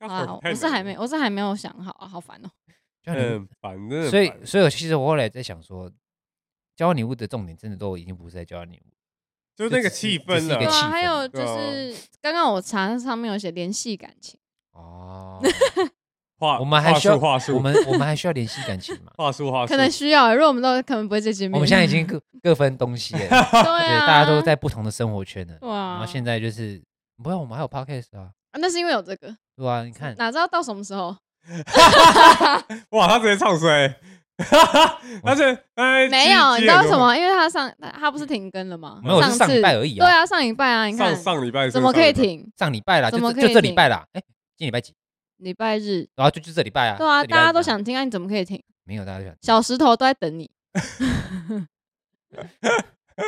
S1: 那会
S2: 啊，
S1: 太
S2: 我是
S1: 难
S2: 还
S1: 了
S2: 没，，我是还没有想好啊，好烦哦。
S3: 就像
S1: 嗯，反正
S3: 你所以所以其实我后来在想说，交换礼物的重点真的都已经不是在交换 礼物，
S1: 就
S3: 这
S1: 那个
S3: 只是
S1: 气
S3: 这是
S1: 氛啊
S3: 一个
S2: 对
S3: 气
S2: 啊，还
S3: 氛
S2: 有就
S1: 对啊
S2: 是刚刚我查上面有写联系感情，
S3: 哦。
S1: 话
S3: 我们还
S1: 话
S3: 需要
S1: 术话
S3: 我
S1: 术
S3: 们我们还需要联系感情 嘛？
S1: 话术话术，
S2: 可能需要欸，如果我们都可能不会再见面。
S3: 我们现在已 经各各分东西了，对，
S2: 对啊，
S3: 大家都在不同的生活圈了。
S2: 哇
S3: 然后现在就是，不要我们还有 podcast 啊，
S2: 啊，那是因为有这个，
S3: 对吧？你看，
S2: 哪知道到什么时候？
S1: 哇，他直接唱 衰，而且哎，
S2: 没有，
S1: 七
S2: 你知道
S1: 七点多
S2: 什么？因为他上他他不是停更了吗？
S3: 没有是上
S2: 次
S3: 礼拜而已
S2: 对
S3: 啊，
S2: 啊，上礼拜啊，你
S1: 嗯上
S2: 看
S1: 上礼拜是
S2: 怎么可
S1: 上
S2: 以
S1: 礼拜？
S2: 停？
S3: 上礼拜啦，就
S2: 怎么
S3: 这
S2: 可以
S3: 就这礼
S2: 停
S3: 拜啦，哎，今礼拜几？
S2: 礼拜日，
S3: 然后就就这礼拜啊，
S2: 对啊，
S3: 这礼拜
S2: 大家
S3: 日
S2: 都
S3: 啊，
S2: 想听啊，你怎么可以停？
S3: 没有大家都想，
S2: 小石头都在等你，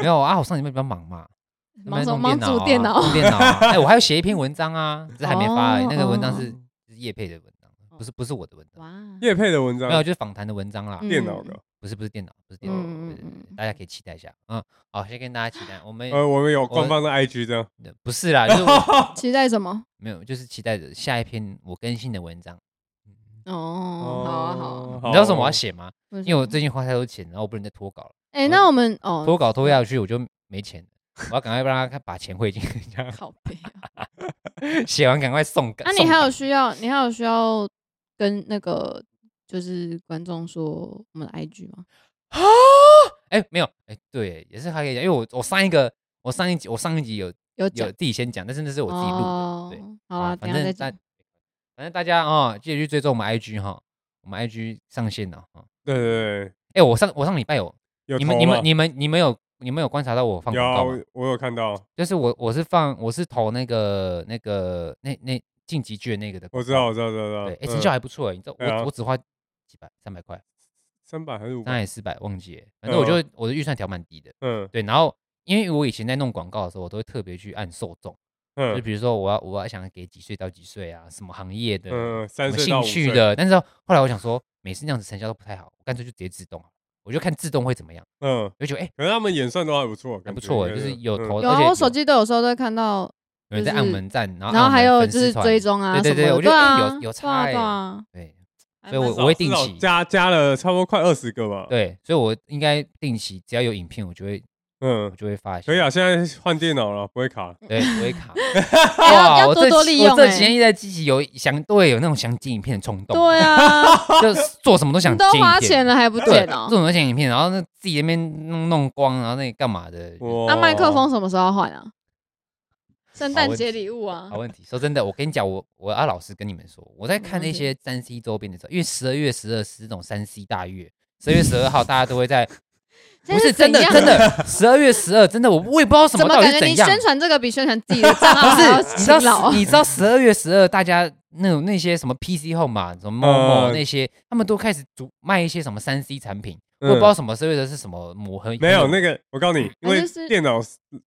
S3: 没有啊，我上礼拜比较忙嘛，
S2: 忙什
S3: 弄
S2: 么？忙
S3: 脑
S2: 组
S3: 啊
S2: 电脑
S3: 弄电脑 啊，哎，我还要写一篇文章啊，只是还没发而已，
S2: 哦
S3: 那个文章
S2: 哦
S3: 是是叶佩的文章，不是不是我的文章，
S2: 哇，
S1: 叶配的文章
S3: 没有就是访谈的文章啦，
S2: 嗯
S1: 电脑的，
S3: 不是不是电脑，不是电脑，
S2: 嗯
S3: 对对
S2: 嗯
S3: 对
S2: 嗯嗯
S3: 大家可以期待一下，嗯，好，先跟大家期待，我们
S1: 呃，我们有
S3: 嗯我
S1: 官方的 IG 这样，
S3: 不是啦，就是我
S2: 期待什么？
S3: 没有，就是期待着下一篇我更新的文章。
S2: 哦，好啊，好啊，
S1: 哦
S3: 你知道为什么我要？写吗？
S2: 为什
S3: 因为我
S2: 么
S3: 最近花太多钱，然后我不能再拖稿了，
S2: 哎，那我们哦，
S3: 拖稿拖下去我就没钱了。我要赶快让他看把钱汇进人家，
S2: 靠背啊。
S3: 写完赶快送稿。
S2: 那、啊你
S3: 呃送
S2: 还有
S3: 稿
S2: 需要，你还有需要跟那个就是观众说我们的 IG 吗？
S3: 哎、没有哎、对，也是还可以讲，因为我我上一个我上一集我上一集有
S2: 有
S3: 有
S2: 讲，
S3: 自己先讲，但是那是我自己录的，对。
S2: 哦、好
S3: 啊
S2: 啦，
S3: 反
S2: 等一下再
S3: 正大
S2: 讲。
S3: 反正大家啊、哦，记得去追踪我们 IG 哈、我们 IG 上线了哈。哦
S1: 对对对，
S3: 哎、我上我上礼拜有
S1: 有
S3: 你们
S1: 投
S3: 你
S1: 吗
S3: 们你们你们有你们有观察到我放
S1: 有
S3: 广
S1: 啊
S3: 告吗
S1: 我？我有看到，
S3: 就是我我是放我是投那个那个那那晋级剧的那个的，
S1: 我知道，我。知道，我知道，我
S3: 对，哎，
S1: 知道
S3: 成效还不错哎，你知道
S1: 对啊
S3: 我我只花几百三百块，
S1: 三百还是五
S3: 三
S1: 百？
S3: 百四百忘记了，反正我就我的预算调蛮低的。
S1: 嗯
S3: 对，然后因为我以前在弄广告的时候，我都会特别去按受众，就
S1: 嗯
S3: 比如说我要我要想给几岁到几岁啊，什么行业的，
S1: 嗯，
S3: 什
S1: 三
S3: 么
S1: 岁到五
S3: 兴趣
S1: 岁，
S3: 的。但是后来我想说，每次那样子成效都不太好，我干脆就直接自动好了，我就看自动会怎么样，
S1: 嗯，
S3: 我就觉得哎、
S1: 可是他们演算都还不错，
S3: 还
S1: 感
S3: 不
S1: 觉
S3: 错，欸
S1: 应
S3: 就
S1: 该
S3: 是有
S1: 嗯
S3: 投，
S2: 有
S3: 而
S2: 啊，
S3: 且
S2: 我手机都有时候都会看到，
S3: 有人在
S2: 就
S3: 按
S2: 是
S3: 门站，然后
S2: 然后
S3: 按
S2: 还
S3: 我们
S2: 有
S3: 粉
S2: 就
S3: 丝
S2: 是
S3: 团
S2: 追踪啊
S3: 对
S2: 什么
S3: 对
S2: 的，
S3: 对，我觉
S2: 对
S3: 得哎
S2: 啊，
S3: 有有
S2: 对
S3: 差
S2: 啊，
S3: 哎、
S2: 对
S1: 嗯
S2: 啊，
S3: 对
S2: 还
S3: 所以
S2: 蛮
S3: 我
S1: 至少
S3: 我会定
S1: 至少
S3: 期
S1: 加加了差不多快二十个吧。，
S3: 对，所以我应该定期只要有影片，我就会我
S1: 嗯，
S3: 就会 发一下。
S1: 可以啊，现在换电脑了，不会卡。
S2: 嗯
S3: 对，不 会卡。
S2: 哎要要
S3: 我
S2: 多
S3: 这
S2: 多
S3: 几
S2: 利
S3: 我
S2: 用
S3: 这
S2: 哎
S3: 几天一直在积极有想对有那种想剪影片的冲动，
S2: 对啊，
S3: 就是做什么都想
S2: 你都
S3: 剪
S2: 花
S3: 影片
S2: 钱了 还不
S3: 对，
S2: 剪哦
S3: 做？什么剪影片，然后那自己那边弄弄光，然后那里干嘛的？
S1: 哇
S2: 那嗯啊麦克风什么时候换啊？圣
S3: 好
S2: 诞
S3: 问
S2: 节
S3: 题
S2: 礼物啊
S3: 好，问题，说真的，我跟你讲，我我要老实跟你们说，我在
S2: 嗯
S3: 看那些三 C 周边的时候，因为十二月十二是那种三 C 大月，十二月十二号大家都会 在，不是真的
S2: 现在
S3: 真
S2: 怎样啊，
S3: 的，十二月十二真的，我我也不知道什
S2: 怎么
S3: 到底
S2: 感
S3: 是
S2: 觉
S3: 怎
S2: 你
S3: 样，
S2: 宣传这个比宣传自己的账号
S3: 不
S2: 还要
S3: 是，你知
S2: 勤劳啊
S3: 道，？你知道十二月十二，大家那种那些什么 PC Home 嘛，什么某某
S1: 嗯
S3: 那些，他们都开始主卖一些什么三 C 产品，我
S1: 嗯
S3: 也不知道什么十二月的是什么磨合，
S1: 没有那
S3: 个
S1: 个，我告诉你，因
S2: 啊
S1: 为
S2: 就是
S1: 电脑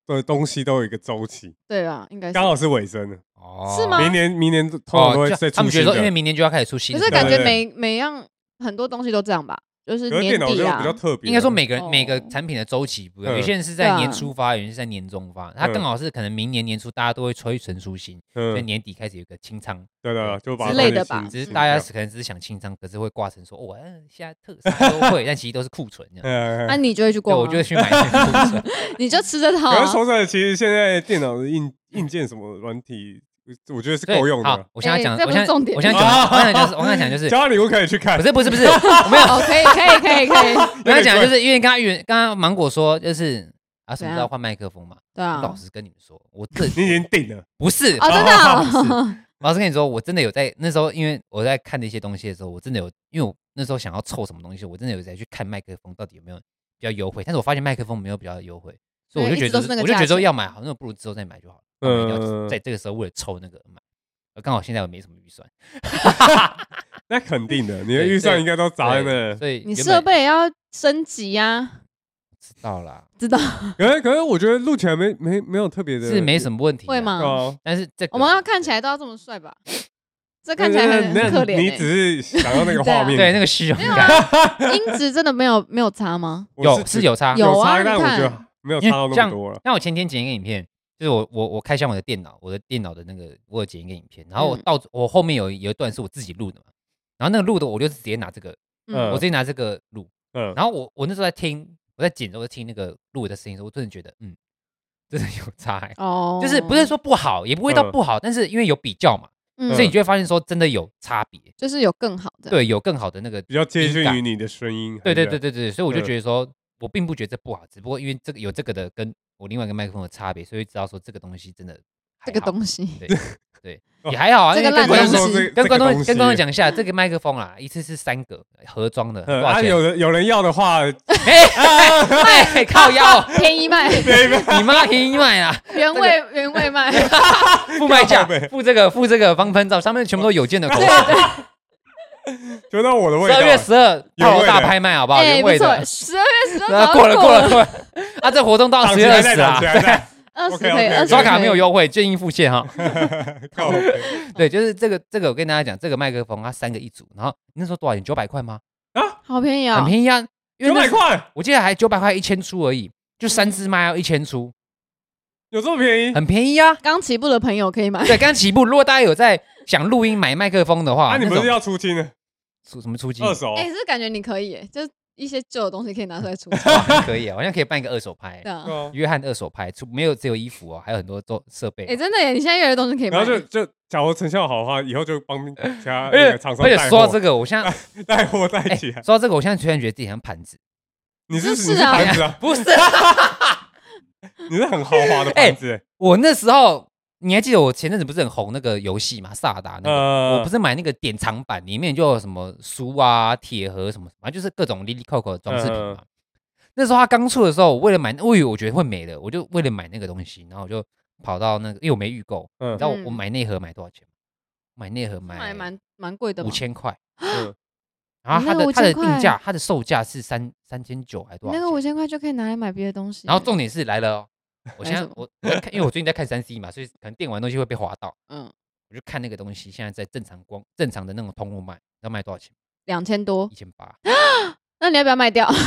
S1: 的东西都有一个周期，
S2: 对吧？应该是啊
S1: 刚。好是尾声了。
S3: 哦
S2: 是吗
S1: 明年明年通常都
S3: 哦，
S1: 会
S3: 就
S1: 再
S3: 他
S1: 出
S3: 们觉
S1: 新
S3: 得
S1: 的
S3: 说，因为。明年就要开始出新
S2: 可
S3: 的，
S2: 是感觉
S1: 对
S2: 每每样很多东西都这样吧，就是
S1: 可是
S2: 年
S1: 电脑就
S2: 底啊
S1: 比较，特别啊，
S3: 应该说每个人
S2: 哦
S3: 每个产品的周期不一样，
S1: 嗯
S3: 有些人是
S2: 对
S3: 在
S2: 啊
S3: 年初发，有些人是在年中发，它刚好是可能明年年初大家都会推陈出新，所以
S1: 嗯，
S3: 年底开始有个清仓，
S1: 对对，就把它
S2: 之类的
S1: 放进
S2: 吧
S1: 去
S3: 只是
S1: 嗯
S3: 大家
S1: 对
S3: 可能只是想清仓，可是会挂成说哦，哎现在特啥优 惠，但其实都是库存这样。
S1: 嗯，
S2: 那啊你就会去
S3: 对，
S2: 逛
S3: 我
S2: 吗，
S3: 就会去买那个库存。
S2: 你就吃这套
S1: 可是
S2: 啊。
S1: 说真的，其实现在电脑的硬硬件什么软体，我我觉得是
S3: 对
S1: 够用
S3: 好
S1: 的。，啊
S3: 我现在
S2: 哎
S3: 讲，
S2: 这
S3: 我
S2: 不
S3: 现
S2: 是
S3: 在
S2: 重点
S3: 我现在讲的，我现在讲就是，我现在 讲就是，
S1: 交换礼物可以去看
S3: 不，是不是 不是，我没有，
S2: 哦，可以可以可以可以，
S3: 我现在讲就是因为刚刚原刚刚芒果说就是啊，什么时候换麦克风嘛？
S2: 对
S3: 老
S2: 啊，
S3: 实跟你们说，我这
S1: 你已经定了，
S3: 不是
S2: 哦，真的 啊
S3: 不是， 老实跟你说，我真的有在那时候，因为我在看那些东西的时候，我真的有，因为我那时候想要凑什么东西，我真的有在去看麦克风到底有没有比较优惠，但是我发现麦克风没有比较优惠，所以我就
S2: 对
S3: 觉
S2: 哎一直都
S3: 得
S2: 是那个
S3: 我就
S2: 价
S3: 觉得说
S2: 钱嗯
S3: 要买好，那我不如之后再买就好了。我一定要在这个时候为了凑那个买，而刚好现在我没什么预算，
S1: 那肯定的，你的
S3: 对
S1: 预算
S3: 对
S1: 应该都砸在那
S3: 对。所以
S2: 你
S3: 原
S2: 设
S3: 本
S2: 备也要升级呀，
S3: 知道啦，
S2: 知道
S1: 可是可是我觉得录起来没没没有特别的，
S3: 是没什么问题，
S2: 会？
S1: 对
S2: 吗？
S1: 啊。
S3: 但是这个
S2: 我们要看起来都要这么帅吧？这看起来很
S1: 那
S2: 很可
S1: 你
S2: 怜欸，
S1: 只是想要那个
S2: 对啊
S1: 画面，
S3: 对那个虚荣
S2: 没有
S3: 感
S2: 啊，音质真的没有没有差吗？
S1: 我
S3: 有
S1: 只
S3: 是有差，
S2: 有
S1: 有
S2: 啊
S1: 差，但我
S2: 你
S1: 觉
S2: 看
S1: 得没有
S3: 因
S1: 差
S3: 为
S1: 到那
S3: 像
S1: 么多了。
S3: 像我前天剪一个影片，就是我我我开箱我的电脑，我的电脑的那个我有剪一个影片，然后我
S2: 嗯
S3: 到、我后面有有一段是我自己录的嘛，然后那个录的我就直接拿这个，
S1: 嗯
S3: 我直接拿这个录，
S1: 嗯，
S3: 然后我我那时候在听我在剪的时候在听那个录的声音的时候，我真的觉得嗯，真的有差、欸，
S2: 哦，
S3: 就是不是说不好，也不会到不好，但是因为有比较嘛，
S2: 嗯，
S3: 所以你就会发现说真的有差别，
S2: 就是有更好的，
S3: 对，有更好的那个，
S1: 比较接近
S3: 敏
S1: 于
S3: 感
S1: 你的声音。
S3: 对对
S1: 还是
S3: 对对对，所以我就
S1: 嗯
S3: 觉得说。我并不觉得这不好，只不过因为这个有这个的跟我另外一个麦克风的差别，所以知道说这个东西真的还
S2: 这个
S3: 好
S2: 东西
S3: 对对，也还好啊。
S2: 这个
S3: 因为
S2: 烂
S3: 跟观
S2: 东
S3: 众
S2: 西
S3: 跟观众
S1: 东
S3: 跟观众，讲一下，这个麦克风啊，一次是三个盒装的，
S1: 嗯
S3: 多
S1: 啊，
S3: 少钱
S1: 有？人有人要的话，
S3: 哎哎，靠腰，
S2: 便 宜卖，
S3: 你妈便宜卖啊！
S2: 原味原味卖，
S3: 付卖价
S1: 靠北，
S3: 付这个付这个防喷罩，上面全部都有件的口水。
S1: 就到我的味
S3: 十
S1: 道
S3: 二月
S1: 了。
S3: 十二
S1: 啊有
S3: 大
S1: 味
S3: 楼
S1: 的
S3: 大拍卖，好不好？
S2: 哎
S3: 原
S2: 不
S3: 味
S2: 错，
S3: 的。
S2: 十二月十
S3: 啊，
S2: 二
S3: 过了过了，过了，啊，这活动到
S1: 档
S3: 十
S1: 期
S3: 月二
S1: 还在
S3: 十啊
S1: 档期，还 在
S2: 二十
S1: OK，OK，
S2: 可以，
S1: OK，OK
S2: 二十
S3: 刷卡没有优惠，建议付现哈。
S1: 靠北
S3: 对，就是这个这个，我跟大家讲，这个麦克风它三个一组，然后那时候多少钱？九百块吗？
S2: 好便宜啊，。
S3: 很便宜啊，因为
S1: 九
S3: 那
S1: 百
S3: 时
S1: 块
S3: 我记得还九百块一千出而已，就三支麦要一千出，
S1: 有这么便宜？
S3: 很便宜啊
S2: 刚起步的朋友可以买，
S3: 对，刚起步，如果大家有在想录音买麦克风的话，
S1: 啊那你
S3: 那
S1: 不
S3: 种
S1: 是要出清的
S3: 出什么出击？
S1: 二手？
S2: 哎，这感觉你可以耶，就是一些旧的东西可以拿出来出，
S3: 哇那可以啊，好像可以办一个二手拍
S2: 对，啊
S1: 对，啊
S3: 约翰二手拍，出没有只有衣服哦，还有很多做设备哦
S2: 哎，。真的耶，你现在越来越多东西可以
S1: 然
S2: 买
S1: 后，就就，假如成效好的话，以后就帮其他
S3: 而
S1: 那个
S3: 且
S1: 厂商
S3: 而且
S1: 带
S3: 说到这
S1: 货，
S3: 个，我现在
S1: 带货带
S3: 哎
S1: 起来。
S3: 说到这个，我现在突然觉得自己像盘子，
S1: 你是
S2: 这
S1: 你
S2: 是
S1: 是
S2: 啊
S1: 盘子啊，
S3: 不是？
S1: 你是很豪华的盘子。
S3: 我那时候你还记得我前阵子不是很红那个游戏吗？萨达那个。
S1: 呃
S3: 我不是买那个典藏版，里面就有什么书啊、铁盒什么什么，就是各种 Lily Coco 的装饰品嘛。那时候它刚出的时候，我为了买，我以为我觉得会没了，我就为了买那个东西，然后我就跑到那个，因为我没预购，你
S1: 嗯
S3: 知道我我
S2: 嗯
S3: 买那盒买多少钱吗？买那盒
S2: 买
S3: 买
S2: 蛮蛮贵的嘛
S3: 五，千块，
S1: 嗯，
S3: 然后它
S2: 那个
S3: 的它的
S2: 5000块
S3: 定价，它的售价是三三千九还多
S2: 你
S3: 少钱？
S2: 那个五千块就可以拿来买别的东西。
S3: 然后重点是来了哦，我
S2: 买
S3: 现
S2: 什
S3: 在
S2: 么
S3: 我我在看，因为我最近在看三 C 嘛，所以可能电玩东西会被划到，
S2: 嗯，
S3: 我就看那个东西现在在正常光正常的那种通路卖，你知道卖多少钱吗？
S2: 两千多
S3: 一，千八，
S2: 那你要不要卖掉？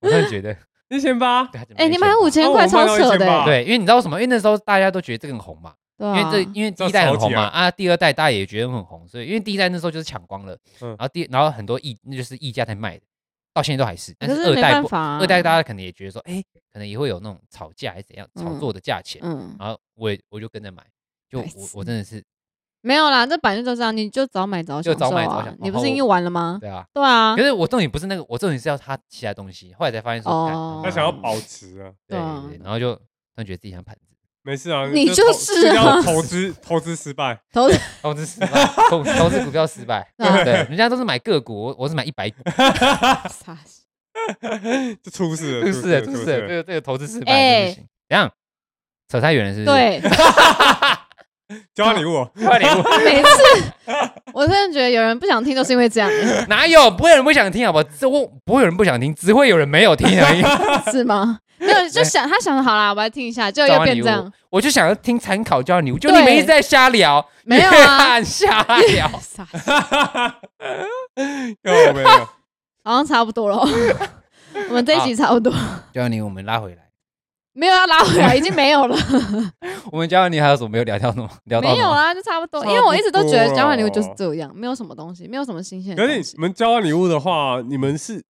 S3: 我真的觉得，
S1: 一千八，
S3: 对它只
S2: 哎，你买
S3: 1800
S2: 五千
S1: 哦我
S2: 块
S1: 卖
S2: 超
S1: 到
S2: 扯的
S1: 1800
S2: 欸，
S3: 对，因为你知道为什么？因为那时候大家都觉得这个很红嘛，
S2: 对
S3: 因为
S2: 啊，
S3: 这因为第
S1: 这
S3: 一代
S1: 超
S3: 很红
S1: 级
S3: 嘛，
S1: 啊
S3: 啊，第二代大家也觉得很红，所以因为第一代那时候就是抢光了，
S1: 嗯
S3: 然后第然后很多溢那就是溢价在卖的，到现在都还是，但
S2: 可是
S3: 二
S2: 没
S3: 代
S2: 办
S3: 不，
S2: 法啊
S3: 二代大家可能也觉得说，哎，可能也会有那种吵架还是怎样炒
S2: 嗯
S3: 作的价钱，
S2: 嗯，
S3: 然后我也我就跟着买，就
S2: 白
S3: 我我
S2: 痴
S3: 真的是
S2: 没有啦，这版就就这样，你就早买早
S3: 就
S2: 享
S3: 早
S2: 受
S3: 买早享
S2: 啊
S3: 受！
S2: 你不
S3: 然
S2: 是
S3: 后
S2: 已经玩了吗？
S3: 对啊。
S2: 对啊
S3: 可，是我重点不是那个，我重点是要它其他东西。后来才发现说，干
S2: 哦
S1: 他想要保值啊，
S3: 对
S2: 对啊
S3: 对对，然后就突然觉得自己像盘子，
S1: 没事啊，
S2: 你
S1: 就投
S2: 就是
S1: 这叫
S2: 啊
S1: 投资投资失败，
S2: 投资
S3: 投资失败，投 投资股票失 败。
S2: 啊
S3: 对，人家都是买个股，我我是买一百股，
S2: 傻事
S1: 这出事了，
S3: 是
S1: 出
S3: 是
S1: 出
S3: 是，
S1: 事
S3: 这
S1: 了，
S3: 个这个投资失败就不行。怎样？扯太远了，是不是？，
S2: 哎对，
S1: 交换礼物哦，
S3: 快点，
S2: 每次我真的觉得有人不想听，都是因为这样，
S3: 哪有？不会有人不想听，好不好？这我不会有人不想听，只会有人没有听而 已。
S2: 是吗？没有，就想他想好啦，我来听一下，就
S3: 交
S2: 又
S3: 换
S2: 变
S3: 礼
S2: 这样
S3: 物，，我就想要听参考交换礼物，就
S2: 对
S3: 你们一直在瞎聊，
S2: 没有 啊
S3: 越看瞎 聊。
S2: 傻事，
S1: 有没有？
S2: 好像差不多了哦。我们这一集差不多，
S3: 交换礼物我们拉回来，
S2: 没有要啊拉回来，已经没有了，
S3: 我们交换礼物还有什么没有聊到的吗？聊到
S2: 没
S3: 的
S2: 有啊
S3: 吗
S2: 啦，就差不多。
S1: 差
S2: 因
S1: 不多
S2: 为我一直都觉得交换礼物就是这样，没有什么东西，没有什么新鲜的
S1: 可
S2: 东
S1: 是
S2: 西
S1: 你。们交换礼物的话，你们是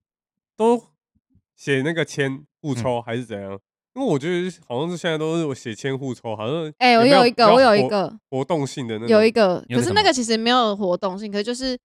S1: 都写那个签互抽还是怎样？因为我觉得好像是现在都是我写签互抽，好像
S2: 哎，我
S1: 也没
S2: 有一
S1: 比
S2: 个，
S1: 较
S2: 我有一
S1: 活
S2: 个，
S1: 活动性的那种
S2: 有一个，
S3: 有个
S2: 可
S3: 什
S2: 是
S3: 么
S2: 那个其实没有活动性，可是就是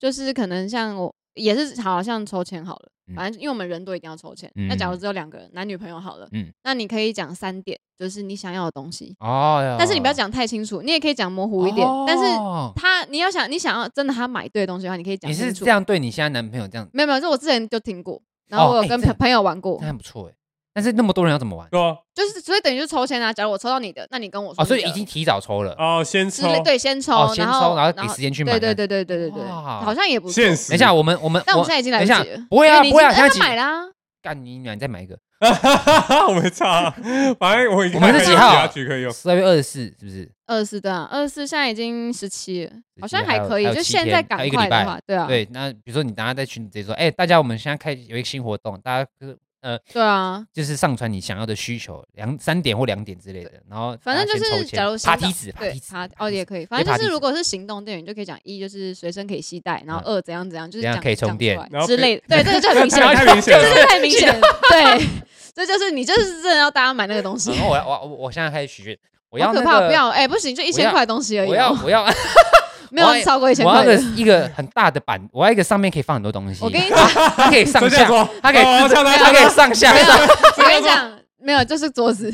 S2: 就是可能像我也是好像抽签好了
S3: 嗯，
S2: 反正因为我们人多一定要抽签。那假如只有两个人，男女朋友好了
S3: 嗯，
S2: 那你可以讲三点，就是你想要的东西，
S3: 哦，
S2: 但是你不要讲太清楚，你也可以讲模糊一点，但是
S3: 哦
S2: 他你要想你想要真的他买对东西的话，你可以讲
S3: 你是
S2: 清楚
S3: 这，样对你现在男朋友这样，
S2: 没有没有，这我之前就听过，然后
S3: 哦
S2: 我
S3: 哎
S2: 有跟
S3: 这
S2: 朋朋友玩过，
S3: 那还不错哎。但是那么多人要怎么玩？
S1: 对啊，
S2: 就是所以等于就抽签啊。假如我抽到你的，那你跟我说
S3: 哦，
S2: 你的
S3: 所以已经提早抽了。
S1: 哦，先
S2: 之
S1: 抽，
S2: 类对先抽，
S3: 哦，先
S2: 后
S3: 抽，然
S2: 然
S3: 后给时间去买。
S2: 对对。对对对对对，
S3: 哇
S2: 好像也不错
S1: 现实。
S3: 等一下，，我们我们，
S2: 但我们现在已经来
S3: 等一下
S2: 不及了，因
S3: 不会
S2: 为
S3: 啊，
S2: 你已
S3: 不会啊，
S2: 经
S3: 现在
S2: 哎
S3: 几
S2: 他买啦，
S3: 干你娘，你再买一个。
S1: 我没差，啊反正我已经
S3: 我们是几号
S1: 还有其他局可以用。
S3: 十二月二十四是不是？
S2: 二十四对啊，二十四现在已经十七，好像
S3: 还有
S2: 可以
S3: 还有，
S2: 就
S3: 七
S2: 现在
S3: 天
S2: 赶
S3: 还有一个
S2: 快
S3: 礼拜
S2: 的话，对啊，
S3: 对，那比如说你等下在群里直接说，哎，大家我们现在开有一个新活动，大家就是呃
S2: 对啊，
S3: 就是上传你想要的需求，两三点或两点之类的，然后
S2: 反正就
S3: 大家先
S2: 是
S3: 抽签
S2: 假如行
S3: 爬
S2: 动
S3: 梯子，啊爬
S2: 对
S3: 梯子
S2: 爬，
S3: 爬
S2: 哦
S3: 梯
S2: 也
S3: 子
S2: 可以，反正
S3: 爬梯
S2: 就是
S3: 子
S2: 如果是行动电源，就可以讲一就是随身可以携带，然后二怎样怎样，就是
S3: 嗯怎样
S2: 讲
S3: 可以充电
S2: 讲出
S1: 然
S2: 来
S1: 后
S2: 之
S1: 别
S2: 类的，对，这个就很明显
S1: 这个
S2: 了，
S1: 太明显
S2: 这
S1: 了，
S2: 个太明 显了，对，这就是你就是真的要大家买那个东西，
S3: 然后我要我我我现在开始许愿，哦我要
S2: 好
S3: 那
S2: 可
S3: 个
S2: 怕，不要，哎，不行，就一千块的东西而已
S3: 我要
S2: 哦，
S3: 我 要
S2: 没有
S3: 我要
S2: 超过一千
S3: 我要
S2: 块
S3: 个
S2: 的。
S3: 一个很大的板，我要一个上面可以放很多东西，
S2: 我跟你讲，
S3: 它可以上
S1: 这
S3: 下
S1: 样，说，
S3: 它可以
S1: 哦这
S3: 自
S1: 样
S3: 它可以上下
S2: 没有，
S3: 上，
S2: 我跟你讲，没有，就是桌子，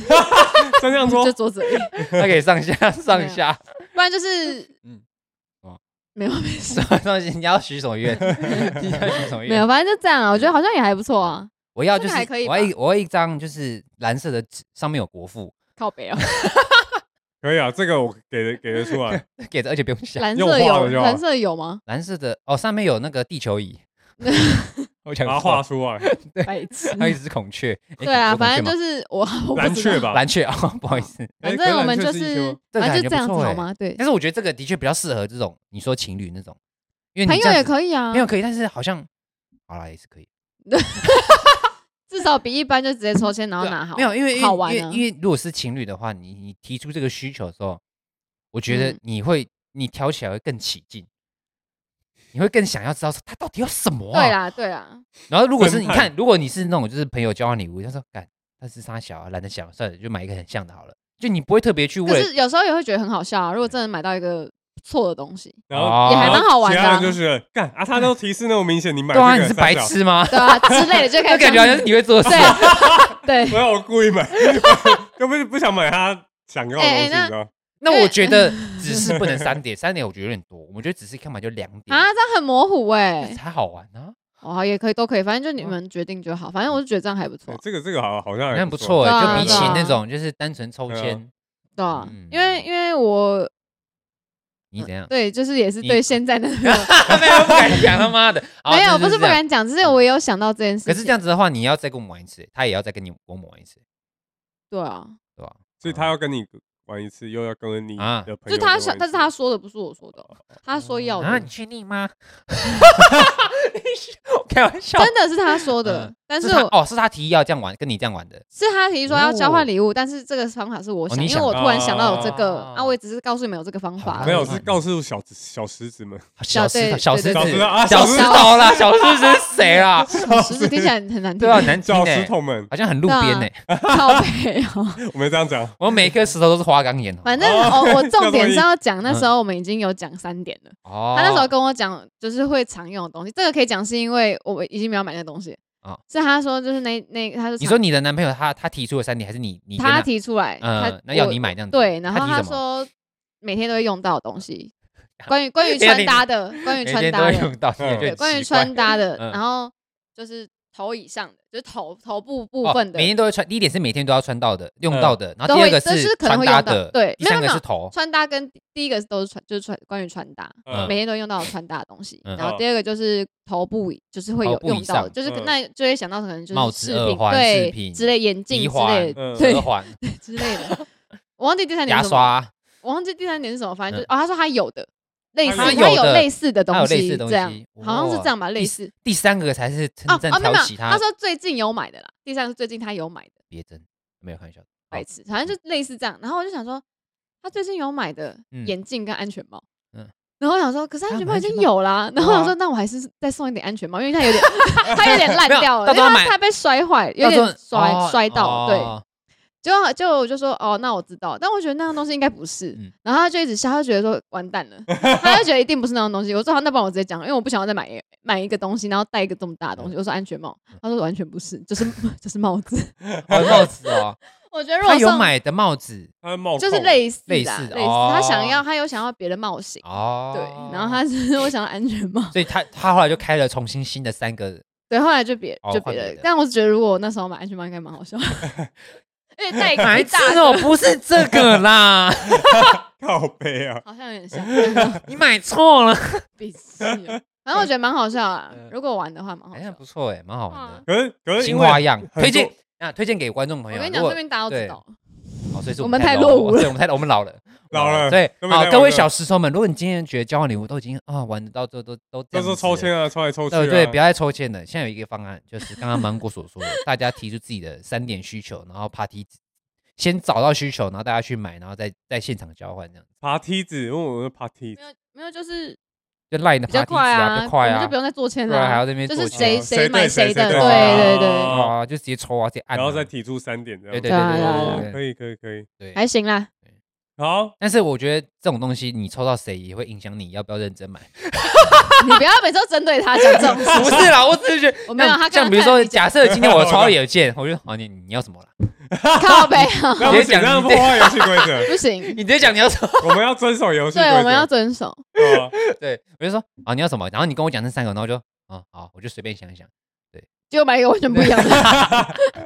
S1: 这样
S2: 就
S1: 说，
S2: 桌子而已，
S3: 它可以上下上下。
S2: 不然就是
S3: 嗯哦
S2: 没有没事
S3: 什，么东西？你要许什么 愿？你要许什么
S2: 没有，
S3: 愿？
S2: 反正就这样啊，我觉得好像也还不错啊，
S3: 我要就是
S2: 这个还可以吧
S3: 我要一我要一张就是蓝色的纸，上面有国父，
S2: 靠北哦。
S1: 可以啊，这个我给的给得出来，
S3: 给的而且不用想。
S2: 蓝
S1: 用
S2: 色
S1: 画
S2: 有
S1: 的就好
S2: 蓝色有吗？
S3: 蓝色的哦，上面有那个地球仪， 我想
S1: 把它画出来，
S2: 白痴。
S3: 还有一只孔雀。诶
S2: 对啊，
S3: 有孔雀
S2: 反正
S3: 吗
S2: 就 是我，我不
S1: 蓝
S2: 知道
S1: 雀吧，
S3: 蓝雀啊， 不好意思。
S1: 哎
S2: 反
S1: 可是
S2: 正我
S1: 蓝
S2: 们
S1: 雀
S2: 就
S1: 一
S2: 是是
S1: 休
S3: 这个
S2: 反
S3: 感
S2: 正
S3: 觉不
S2: 就这样子
S3: 错欸
S2: 好吗？对，
S3: 但是我觉得这个的确比较适合这种你说情侣那种，因为你
S2: 朋友
S3: 这样
S2: 也
S3: 子
S2: 可以啊
S3: 朋，友可以，但是好像好啦也是可以。
S2: 至少比一般就直接抽签然后
S3: 对啊
S2: 拿哦好，
S3: 没有，因为因为
S2: 好玩
S3: 因
S2: 啊
S3: 为因为如果是情侣的话，你你提出这个需求的时候，我觉得
S2: 嗯
S3: 你会、你挑起来会更起劲，你会更想要知道说他到底要什么、啊。
S2: 对啦对啦，
S3: 然后如果是你
S1: 分
S3: 看
S1: 派，
S3: 如果你是那种就是朋友交换礼物，他说干，他是他小、啊、懒得想，算了，就买一个很像的好了。就你不会特别去
S2: 可
S3: 为了
S2: 是有时候也会觉得很好笑啊。如果真的买到一个不错的东西，
S1: 然后
S3: 哦
S2: 也还蛮好玩的
S1: 其
S2: 啊
S1: 他人就是干啊，他都提示那么明显，你买
S3: 对啊，
S1: 这个
S3: 你是白
S1: 三小，
S3: 痴 吗？
S2: 对啊之类的，就开
S3: 那
S2: 始
S3: 感觉好像是你会做的事。
S2: 对对
S1: 没。有我故意买， 又不是不想买他想要的东西，
S2: 哎哎
S1: 你
S2: 那
S1: 知道？
S3: 那我觉得只是
S2: 啊
S3: 不能三点，三点我觉得有点多，我觉得只是看嘛就两点
S2: 啊，这样很模糊哎、
S3: 才好玩啊。
S2: 哦，也可以，都可以，反正就
S3: 哦
S2: 你们决定就好。
S3: 嗯
S2: 反正我是觉得这样还不错
S1: 对，这个这个好好像
S3: 好
S1: 还
S3: 像不错
S2: 对
S3: 哎，
S2: 啊
S3: 就比起
S2: 对啊
S3: 那种就是单纯抽
S1: 对啊
S3: 签，
S2: 对啊
S3: 嗯，
S2: 因为因为我
S3: 你怎样？
S2: 对，就是也是
S3: 你
S2: 对 现嗯在的没有
S3: 没有不敢讲他 妈的，好
S2: 没有，
S3: 这
S2: 不
S3: 就是
S2: 不
S3: 这样嗯
S2: 敢讲，只哦是我也有想到这件事情。
S3: 可是这样子的话，你要再跟我们玩一次，他也要再跟你我们玩一次，
S2: 对啊，
S3: 对吧？
S1: 所以他要跟你玩一次，又要跟你
S3: 啊
S1: 的朋
S2: 就
S1: 友
S2: 是
S1: 再玩
S2: 他
S1: 一次，
S2: 想，但是他说的不是我说的哦，他说要
S3: 啊，
S2: 的
S3: 你，确定 吗？我开玩笑，
S2: 真的是他说的
S3: 嗯，
S2: 但
S3: 是
S2: 是
S3: 他
S2: 我
S3: 哦，是他提议要这样玩，跟你这样玩的。
S2: 是他提出说要交换礼物，但是这个方法是我
S3: 哦
S2: 想，
S3: 你
S2: 因为
S3: 想
S2: 我
S1: 到
S2: 突然想到有这个
S3: 哦
S2: 啊，我也只是告诉你们有这个方法
S3: 好
S2: 而已。
S1: 没有
S3: 嗯
S1: 是告诉小子小石子们，
S3: 啊小
S2: 哦对
S3: 石头，
S2: 对
S3: 小石
S2: 对
S1: 小石
S3: 子
S1: 头啊，
S3: 小石
S1: 石
S3: 头啦，小石子是谁 啦？
S2: 石子听起来很难听，
S3: 对啊，很难听
S1: 小
S3: 欸
S1: 石头们，
S3: 好像很路边呢、
S2: 啊
S3: 欸
S2: 靠背哦。
S1: 我们这样讲，
S3: 我每一颗石头都是花岗岩哦。
S2: 反正
S1: 哦
S2: 我我重
S1: 叫
S2: 点
S1: 做
S2: 是要讲，那
S3: 嗯
S2: 时候我们已经有讲三点了。
S3: 哦，
S2: 他那时候跟我讲，就是会常用的东西，这个可以讲是因为我已经没有买那个东西
S3: 哦
S2: 是他说就是那那他是
S3: 你说你的男朋友他他提出了三点，还是你你跟
S2: 他提出来，他
S3: 嗯，那要
S2: 我
S3: 你买这样子。
S2: 对，然后
S3: 他
S2: 他
S3: 提什么
S2: 说每天都会用到的东 西，关于关于
S3: 等一下
S2: 穿搭的，关于
S3: 每
S2: 穿
S3: 天都
S2: 搭
S3: 会
S2: 的
S3: 用，到，
S1: 嗯
S2: 对，
S3: 对
S2: 关于穿搭的，
S3: 嗯
S2: 然后就是头以上的，就是头头部部分的
S3: 哦每，天都会穿。第一点是每天都要穿到的，用
S1: 嗯
S3: 到的，然后
S2: 都
S3: 第二
S2: 会
S3: 个
S2: 这是可能
S3: 穿
S2: 会
S3: 搭
S2: 用到
S3: 的，
S2: 对
S3: 第
S2: 没有
S3: 三个
S2: 没有
S3: 是头，
S2: 穿搭跟第一个都是穿，就是穿关于穿搭，
S3: 嗯
S2: 每天都会用到的穿搭的东西。
S3: 嗯
S2: 然后第二个就是头部，就是会有
S3: 头部以
S2: 用到的，
S3: 上
S2: 就是
S1: 哦嗯
S2: 那就会想到可能
S3: 帽
S2: 就是
S3: 子
S2: 饰
S3: 耳
S2: 品
S3: 环饰
S2: 对
S3: 品
S2: 之类眼镜
S3: 鼻
S2: 之
S3: 环
S2: 类
S1: 嗯
S2: 对
S3: 耳 环、
S2: 之类的。我忘记第三点
S3: 牙
S2: 是什么，
S3: 刷，
S2: 我忘记第三点是什么，反正就是哦，他说他有的类似，
S1: 他
S2: 他
S1: 有
S3: 的
S2: 类似的
S3: 他有
S2: 东
S3: 类似
S2: 西，
S3: 的东
S2: 这样
S3: 西
S2: 好像是
S3: 哇
S2: 这样吧，类
S3: 第
S2: 似。
S3: 第三个才是
S2: 啊
S3: 真正
S2: 啊，没有，没
S3: 挑
S2: 有
S3: 起
S2: 他说最近有买的啦，第三个是最近他有买的。
S3: 别针，没有开玩笑。
S2: 白痴，反正就类似这样。然后我就想说，他最近有买的
S3: 嗯
S2: 眼镜跟安全帽，
S3: 嗯
S2: 然后我想说，可是
S3: 他
S2: 安全
S3: 买
S2: 帽已
S3: 安全
S2: 经
S3: 帽
S2: 有啦。然后我想说，那我还是再送一点安全帽，因为它 有点它有点烂
S3: 没有
S2: 掉了，
S3: 到
S2: 因
S3: 时候
S2: 为它
S3: 买
S2: 它被摔坏，有
S3: 到时候
S2: 点摔
S3: 哦
S2: 摔到，对。
S3: 哦
S2: 结果结果我就说，哦，那我知道，但我觉得那样东西应该不是
S3: 嗯。
S2: 然后他就一直笑，他就觉得说完蛋了，他就觉得一定不是那样东西。我说好，那帮我直接讲，因为我不想要再买买一个东西，然后戴一个这么大
S3: 嗯
S2: 的东西。我说安全帽，他说完全不是，就是 就是帽 子。
S3: 哦帽子 哦，
S2: 我觉得如果
S3: 他有
S2: 送
S3: 买的帽子
S1: 他的帽
S2: 就
S1: 扣
S2: 是类似
S3: 哦类
S2: 的啊
S3: 似的
S2: 类似，他想
S3: 哦
S2: 要他有想要别的帽型，
S3: 哦，
S2: 对，然后他是 我想要安全帽，
S3: 所以他他后来就开了重新新的三 个，
S2: 对，后来就别
S3: 哦
S2: 就
S3: 换
S2: 别
S3: 别
S2: 的
S3: 的，
S2: 但我只觉得如果我那时候买安全帽应该蛮好 笑的，而且戴一个
S3: 白
S2: 一
S3: 痴
S2: 大
S3: 哦，
S2: 个，
S3: 不是这个 啦，
S1: 靠背啊，
S2: 好像有点像，
S3: 你买错了，
S2: 比气哦，反正我觉得蛮好笑 啊
S3: 嗯，
S2: 如果玩的话蛮好
S3: 好像
S2: 笑。
S3: 不错哎，蛮好玩
S2: 啊
S1: 可是可
S3: 的，
S1: 是因
S3: 新
S1: 为
S3: 花样，
S1: 多
S3: 推荐啊，推荐给观众朋
S2: 我
S3: 友。
S2: 跟
S3: 如
S2: 你讲，这
S3: 果
S2: 边大家都
S3: 对
S2: 知道，
S3: 哦，所以是
S2: 我们
S3: 太
S2: 太落伍了
S3: 对，我们太我们老 了，哦
S1: 老了
S3: 对，
S1: 都没
S3: 好，
S1: 在
S3: 各
S1: 玩
S3: 位
S1: 了
S3: 小石头们，如果你今天觉得交换礼物都已经啊玩得到这都都
S1: 到
S3: 这样
S1: 时候
S3: 子
S1: 抽
S3: 了
S1: 签啊，抽来抽去啊，
S3: 对对，不要再抽签了。现在有一个方案，就是刚刚芒果所说的， 大家提出自己的三点需求，然后 party 先找到需求，然后大家去买，然后再在现场交换这样子，
S1: 爬梯子，问我们爬梯
S2: 没
S1: 子，
S2: 有没有就是
S3: 就 line 的
S2: 比较
S3: party
S2: 快
S3: 啊，比较快
S2: 我们
S3: 啊，
S2: 就不用再做签
S3: 不然还要
S2: 了，
S3: 在那边
S2: 就
S3: 做
S2: 是
S3: 签
S2: 谁
S1: 哦
S2: 谁
S1: 谁
S2: 买
S1: 对谁
S2: 谁的，
S1: 对
S2: 对
S1: 谁
S2: 对
S1: 哦
S2: 对，
S3: 啊，就直接抽啊，直接按啊，
S1: 然后再提出三点这样，
S3: 对对对
S2: 对啊对啊
S1: 哦
S2: 对
S3: 啊
S1: 可以可以可以，
S3: 对。
S2: 还行啦，
S1: 好，
S3: 但是我觉得这种东西，你抽到谁也会影响你要不要认真买。
S2: 你不要每次都针对他讲这种事 情
S3: 不是啦，我只是觉得
S2: 我没有
S3: 像
S2: 他刚刚
S3: 像比如
S2: 看了
S3: 说，
S2: 你
S3: 假设今天我抽到有件，我就好你你要什么啦？
S2: 靠背啊，
S1: 那不
S3: 直接
S1: 行，
S3: 讲
S1: 这样
S3: 你
S1: 破坏游戏规则，
S2: 不行，
S3: 你直接讲你要什么？
S1: 我们要遵守游戏规
S2: 对，
S1: 则，
S2: 我们要遵守。
S1: 对啊
S3: 对，我就说啊你要什么？然后你跟我讲这三个，然后我就啊好，我就随便想一想。
S2: 结果买一个完全不一样的。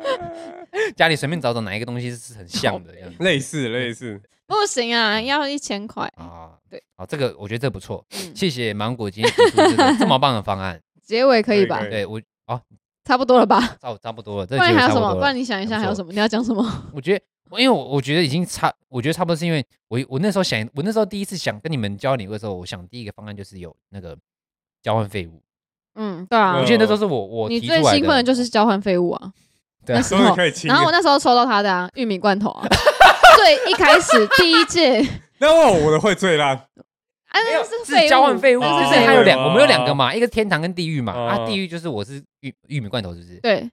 S3: 家里随便找找哪一个东西是很像的这 样子
S1: 类似类似，
S2: 不行啊，要一千块，
S3: 啊。
S2: 对，
S3: 好，这个我觉得这不错，
S2: 嗯
S3: 谢谢芒果今天提出这个这么棒的方案。
S2: 结尾可以吧
S1: 可？以
S3: 对我
S2: 差不多了吧？
S3: 差差不多了，这
S2: 不
S3: 个结
S2: 然
S3: 尾
S2: 还有
S3: 差
S2: 什
S3: 不
S2: 么？
S3: 多
S2: 不然
S3: 了。
S2: 你想一下
S3: 还不错
S2: 还有什么？你要讲什么？
S3: 我觉得，我因为我我觉得已经差，我觉得差不多是因为我我那时候想，我那时候第一次想跟你们交换礼物的时候，我想第一个方案就是有那个交换废物。
S2: 嗯，对啊
S3: 我，记得那时候是我我
S2: 你
S3: 提
S2: 最
S3: 出来
S2: 兴奋的就是交换废物啊，
S3: 对啊
S2: 那时
S1: 终于
S2: 候
S1: 可。以亲
S2: 然后我
S1: 了。
S2: 那时候抽到他的啊，玉米罐头啊， 最一开始第一届
S1: 那我我的会最烂，
S2: 啊，
S3: 没有
S2: 那是
S3: 是交换废物，
S2: 那
S3: 就是是哦
S2: 废
S3: 它有
S2: 物
S1: 两
S3: 两，我们有两个嘛，一个天堂跟地狱嘛。
S1: 哦
S3: 啊，地狱就是我是玉玉米罐头，是不是？
S2: 对，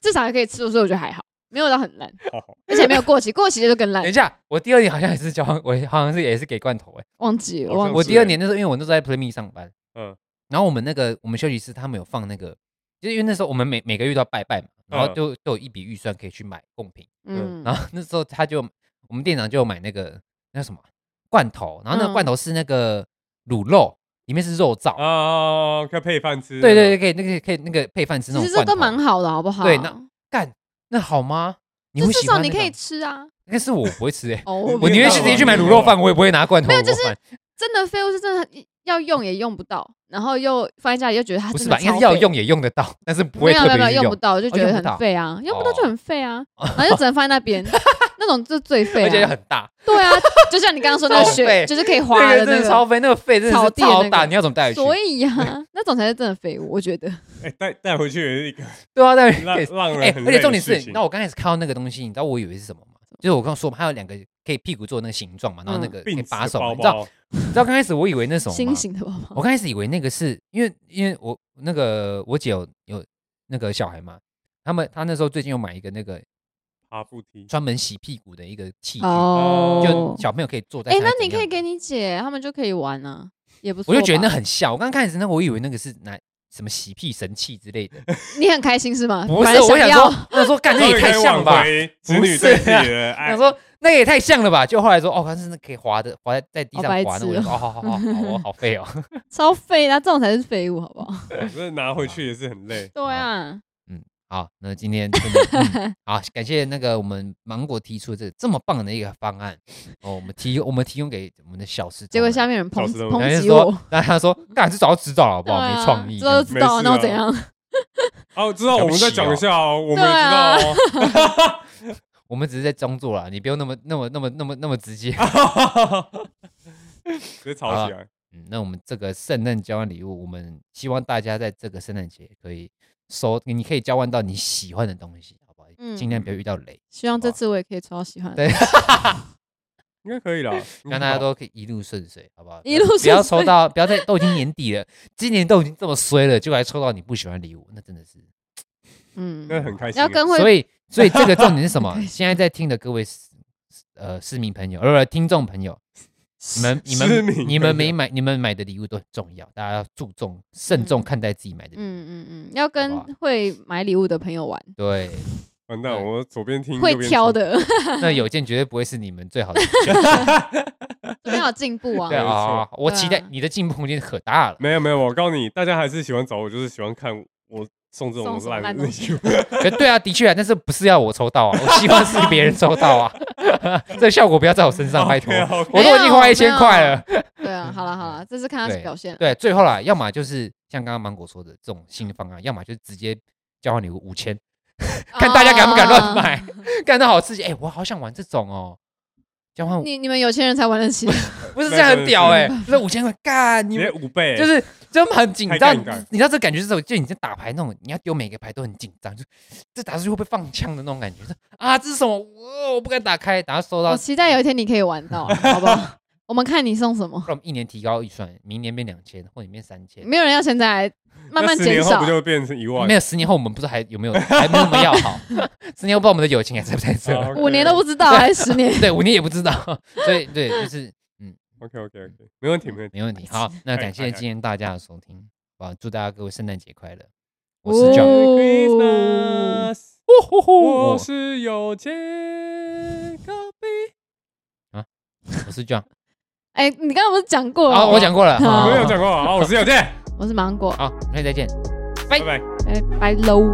S2: 至少还可以吃，所以我觉得还好，没有到很烂，
S1: 好
S2: 而且没有过期，过期就更烂
S3: 等一，下，我第二年好像也是交换，我好像是也是给罐头哎、
S2: 忘记了，
S1: 我
S2: 忘
S1: 是
S3: 我
S2: 记
S3: 第二年那时候，因为我那时候在 Play Me 上班，
S1: 嗯
S3: 欸嗯，然后我们那个我们休息室他们有放那个，就是因为那时候我们每每个月都要拜拜嘛，然后
S1: 嗯
S3: 就就有一笔预算可以去买贡品，
S2: 嗯
S3: 然后那时候他就我啊
S2: 嗯
S3: 们店长就有买那个那叫什么罐头，然后那个罐头是那个卤肉。里面是肉燥，
S1: 啊，可以配饭吃。
S3: 对对对，，可以那个可以那个配饭吃那
S2: 其
S3: 种
S2: 实这
S3: 罐
S2: 都
S3: 头，
S2: 蛮好的，好不好？
S3: 对那干那好吗？你
S2: 就
S3: 会
S2: 至
S3: 喜
S2: 少
S3: 欢
S2: 你
S3: 那
S2: 可以
S3: 种，
S2: 吃啊。
S3: 但是我不会 吃哎，
S2: 哦，
S3: 我宁愿
S1: 是
S3: 去直接去买卤肉饭，我也不会拿罐头
S2: 没有
S3: 卤肉
S2: 就是啊
S3: 饭，
S2: 真的废物是真的很要用也用不到，然后又放在家里又觉得它
S3: 不是
S2: 真的
S3: 吧？应该是
S2: 超
S3: 要
S2: 废
S3: 用也用得到，但是不
S2: 没
S3: 会
S2: 有
S3: 特
S2: 没有没
S3: 别去
S2: 有用不
S3: 用，
S2: 到，就
S3: 哦
S2: 觉
S3: 用
S2: 得
S3: 不
S2: 很
S3: 到
S2: 废啊，用不到就
S3: 哦
S2: 很 废啊，然后就只能放在那边，那种就最废
S3: 而且
S2: 啊。
S3: 很大。
S2: 对啊，就像你刚刚说那
S3: 超
S2: 个雪，
S3: 废
S2: 就是可以
S3: 那
S2: 滑
S3: 个
S2: 的
S3: 真
S2: 那
S3: 的超
S2: 个，
S3: 肥，那个肺真的
S2: 草
S3: 是
S2: 地的
S3: 超
S2: 那
S3: 大，
S2: 个
S3: 你要怎么带回去？
S2: 所以呀，那种才是真的废物，我觉得。
S1: 哎，带带回去也是一 个
S3: 对啊，但是
S1: 让让
S3: 哎
S1: 人，很
S3: 而
S1: 累
S3: 且
S1: 的
S3: 重点
S1: 事
S3: 是，
S1: 情
S3: 那我刚开始看到那个东西，你知道我以为是什么吗？就是我刚刚说嘛，它有两个可以屁股做那个形状嘛，然后那
S2: 嗯
S3: 个可以
S1: 病死
S3: 把手嘛，
S1: 包
S3: 你知道
S1: 包，
S3: 你知道刚开始我以为那是什么
S2: 星
S3: 吗？
S2: 星的宝宝，
S3: 我刚开始以为那个是因为因为我那个我姐有有那个小孩嘛，他们她那时候最近有买一个那个
S1: 爬扶梯，
S3: 专门洗屁股的一个器具，
S1: 哦
S3: 就小朋友可以坐在。
S2: 哎，那你可以给，你姐，他们就可以玩啊，也不错
S3: 我
S2: 吧。
S3: 就觉得那很像。我刚开始那我以为那个是拿什么洗屁神器之类的，
S2: 你很开心是吗？
S3: 不
S2: 呃本
S3: 是，
S2: 来
S3: 我想
S2: 要
S3: 说，我想说， 干那
S1: 终
S3: 也
S1: 于
S3: 太
S1: 可以
S3: 像
S1: 挽
S3: 了吧啊
S1: 回？子女对自己的爱
S3: 想。说那也太像了吧？就后来说，哦，它是可以滑的，滑在在地
S2: 好
S3: 上
S2: 白
S3: 滑的，
S2: 痴
S3: 我就说，哦，好好好，好哦，好废哦。
S2: 超废的啊，这种才是废物，好不好？
S1: 这拿回去也是很 累。
S2: 对啊，
S3: 嗯，好，那今天真的、 嗯好，感谢那个我们芒果提出这这么棒的一个方案哦，我们提我们提供给我们的小师，
S2: 结果下面有人
S1: 搞
S2: 抨
S1: 死他们
S3: 人
S2: 抨
S3: 家
S2: 击
S3: 说
S2: 我，，
S3: 然后他说，干是早就知道了好不
S2: 对
S3: 好？
S2: 啊
S3: 没创意
S2: 这
S3: 这样
S2: 都
S3: 子，
S2: 知道啊，那我
S1: 没事
S2: 怎
S1: 啊
S2: 样？
S1: 哦，知道我们在讲一下哦，我们也
S2: 对
S1: 知道
S2: 啊
S1: 哦。
S3: 我们只是在装作啦，你不用那么那么那么那么那么直 接。
S1: 哦 直接吵起来。
S3: 嗯，那我们这个圣诞交换礼物，我们希望大家在这个圣诞节可以收，你可以交换到你喜欢的东西，好不好？
S2: 嗯
S3: 尽量不要遇到雷，
S2: 希望这次我也可以抽到喜欢的。
S3: 对
S1: 应该可以啦，
S3: 让大家都可以一路顺遂，好不好？
S2: 嗯一路
S3: 不要
S2: 顺
S3: 抽
S2: 遂
S3: 到，不要再都已经年底了， 今年都已经这么衰了，就还抽到你不喜欢的礼物，那真的是。
S2: 嗯，
S1: 那很开心。啊
S2: 要跟会
S3: 所以，所以这个重点是什 么
S2: 很？开
S3: 现在在听的各位市呃市民朋友，呃听众朋友，你们你们你们没买你们买的礼物都很重要，大家要注重慎重
S2: 嗯
S3: 看待自己买的礼物。
S2: 嗯嗯嗯，要
S3: 好
S2: 跟
S3: 不
S2: 会买礼物的朋友玩，
S3: 对，
S1: 完
S3: 嗯
S1: 蛋，我左边听
S2: 会挑，的，
S3: 那有件绝对不会是你们最好 的选择。
S2: 这边有进步
S3: 对
S2: 啊。
S3: 啊，我期待
S2: 对啊
S3: 你的进步空间可大了。
S1: 没有没有，我告诉你，大家还是喜欢找我，就是喜欢看我送这种烂东西。
S3: 可对啊，的确啊，但是不是要我抽到啊？我希望是别人抽到啊。 这效果不要在我身
S1: 哦
S3: 上，拜托。我都已经花一千块了。
S2: 对啊，好了好了，这次看他
S3: 对
S2: 表现。
S3: 对，最后啦，要么就是像刚刚芒果说的这种新的方案，要么就是直接交换礼物五千，看大家敢不敢乱
S2: 啊。
S3: 买， 干到好刺激。哎，我好想玩这种哦。交换
S2: 你你们有钱人才玩得起，
S3: 不是这样很屌
S1: 没
S3: 哎
S1: 有，
S3: 不是五千块，干你
S1: 你
S3: 们
S1: 五倍，
S3: 就是真的很紧
S1: 太
S3: 张
S1: 尴尬，
S3: 你知道这感觉是什么？就你在打牌那种，你要丢每个牌都很紧张，就这打出去会不会放枪的那种感觉。就啊，这是什么？我我不敢打开，打到收到
S2: 我，期待有一天你可以玩到，好不好？我们看你送什么
S3: 不，然我们一年提高预算，明年变两千，或者变三千。
S2: 没有人要钱再来，慢慢减
S1: 后
S2: 少
S1: 不。就变成一万
S3: 没？有，十年后我们不知道还有没 有，还没有那么要好。十年后不知道我们的友情还在不在这儿，
S2: 五年都不知道，还是十年？
S3: 对，五年也不知道。 所以对，就是。
S1: OK OK OK，没问题没问题。
S3: 没问题。好，那
S1: 可以
S3: 感
S1: 可
S3: 谢
S1: 以
S3: 今天大家的收听，好，祝大家各位圣诞节快乐。我是 John，、
S2: 哦
S1: Christmas，
S3: 我
S1: 我是有钱高比。
S3: 我是 John，
S2: 哎，你刚刚不是讲过了哦
S3: 好，
S2: 吗？
S3: 我讲过了，
S2: 好
S1: 啊我
S3: 好
S1: 没有讲过啊，我是有健，
S2: 我是芒果，
S3: 好，那再见。
S2: 哎
S1: 拜拜。
S2: 拜拜喽。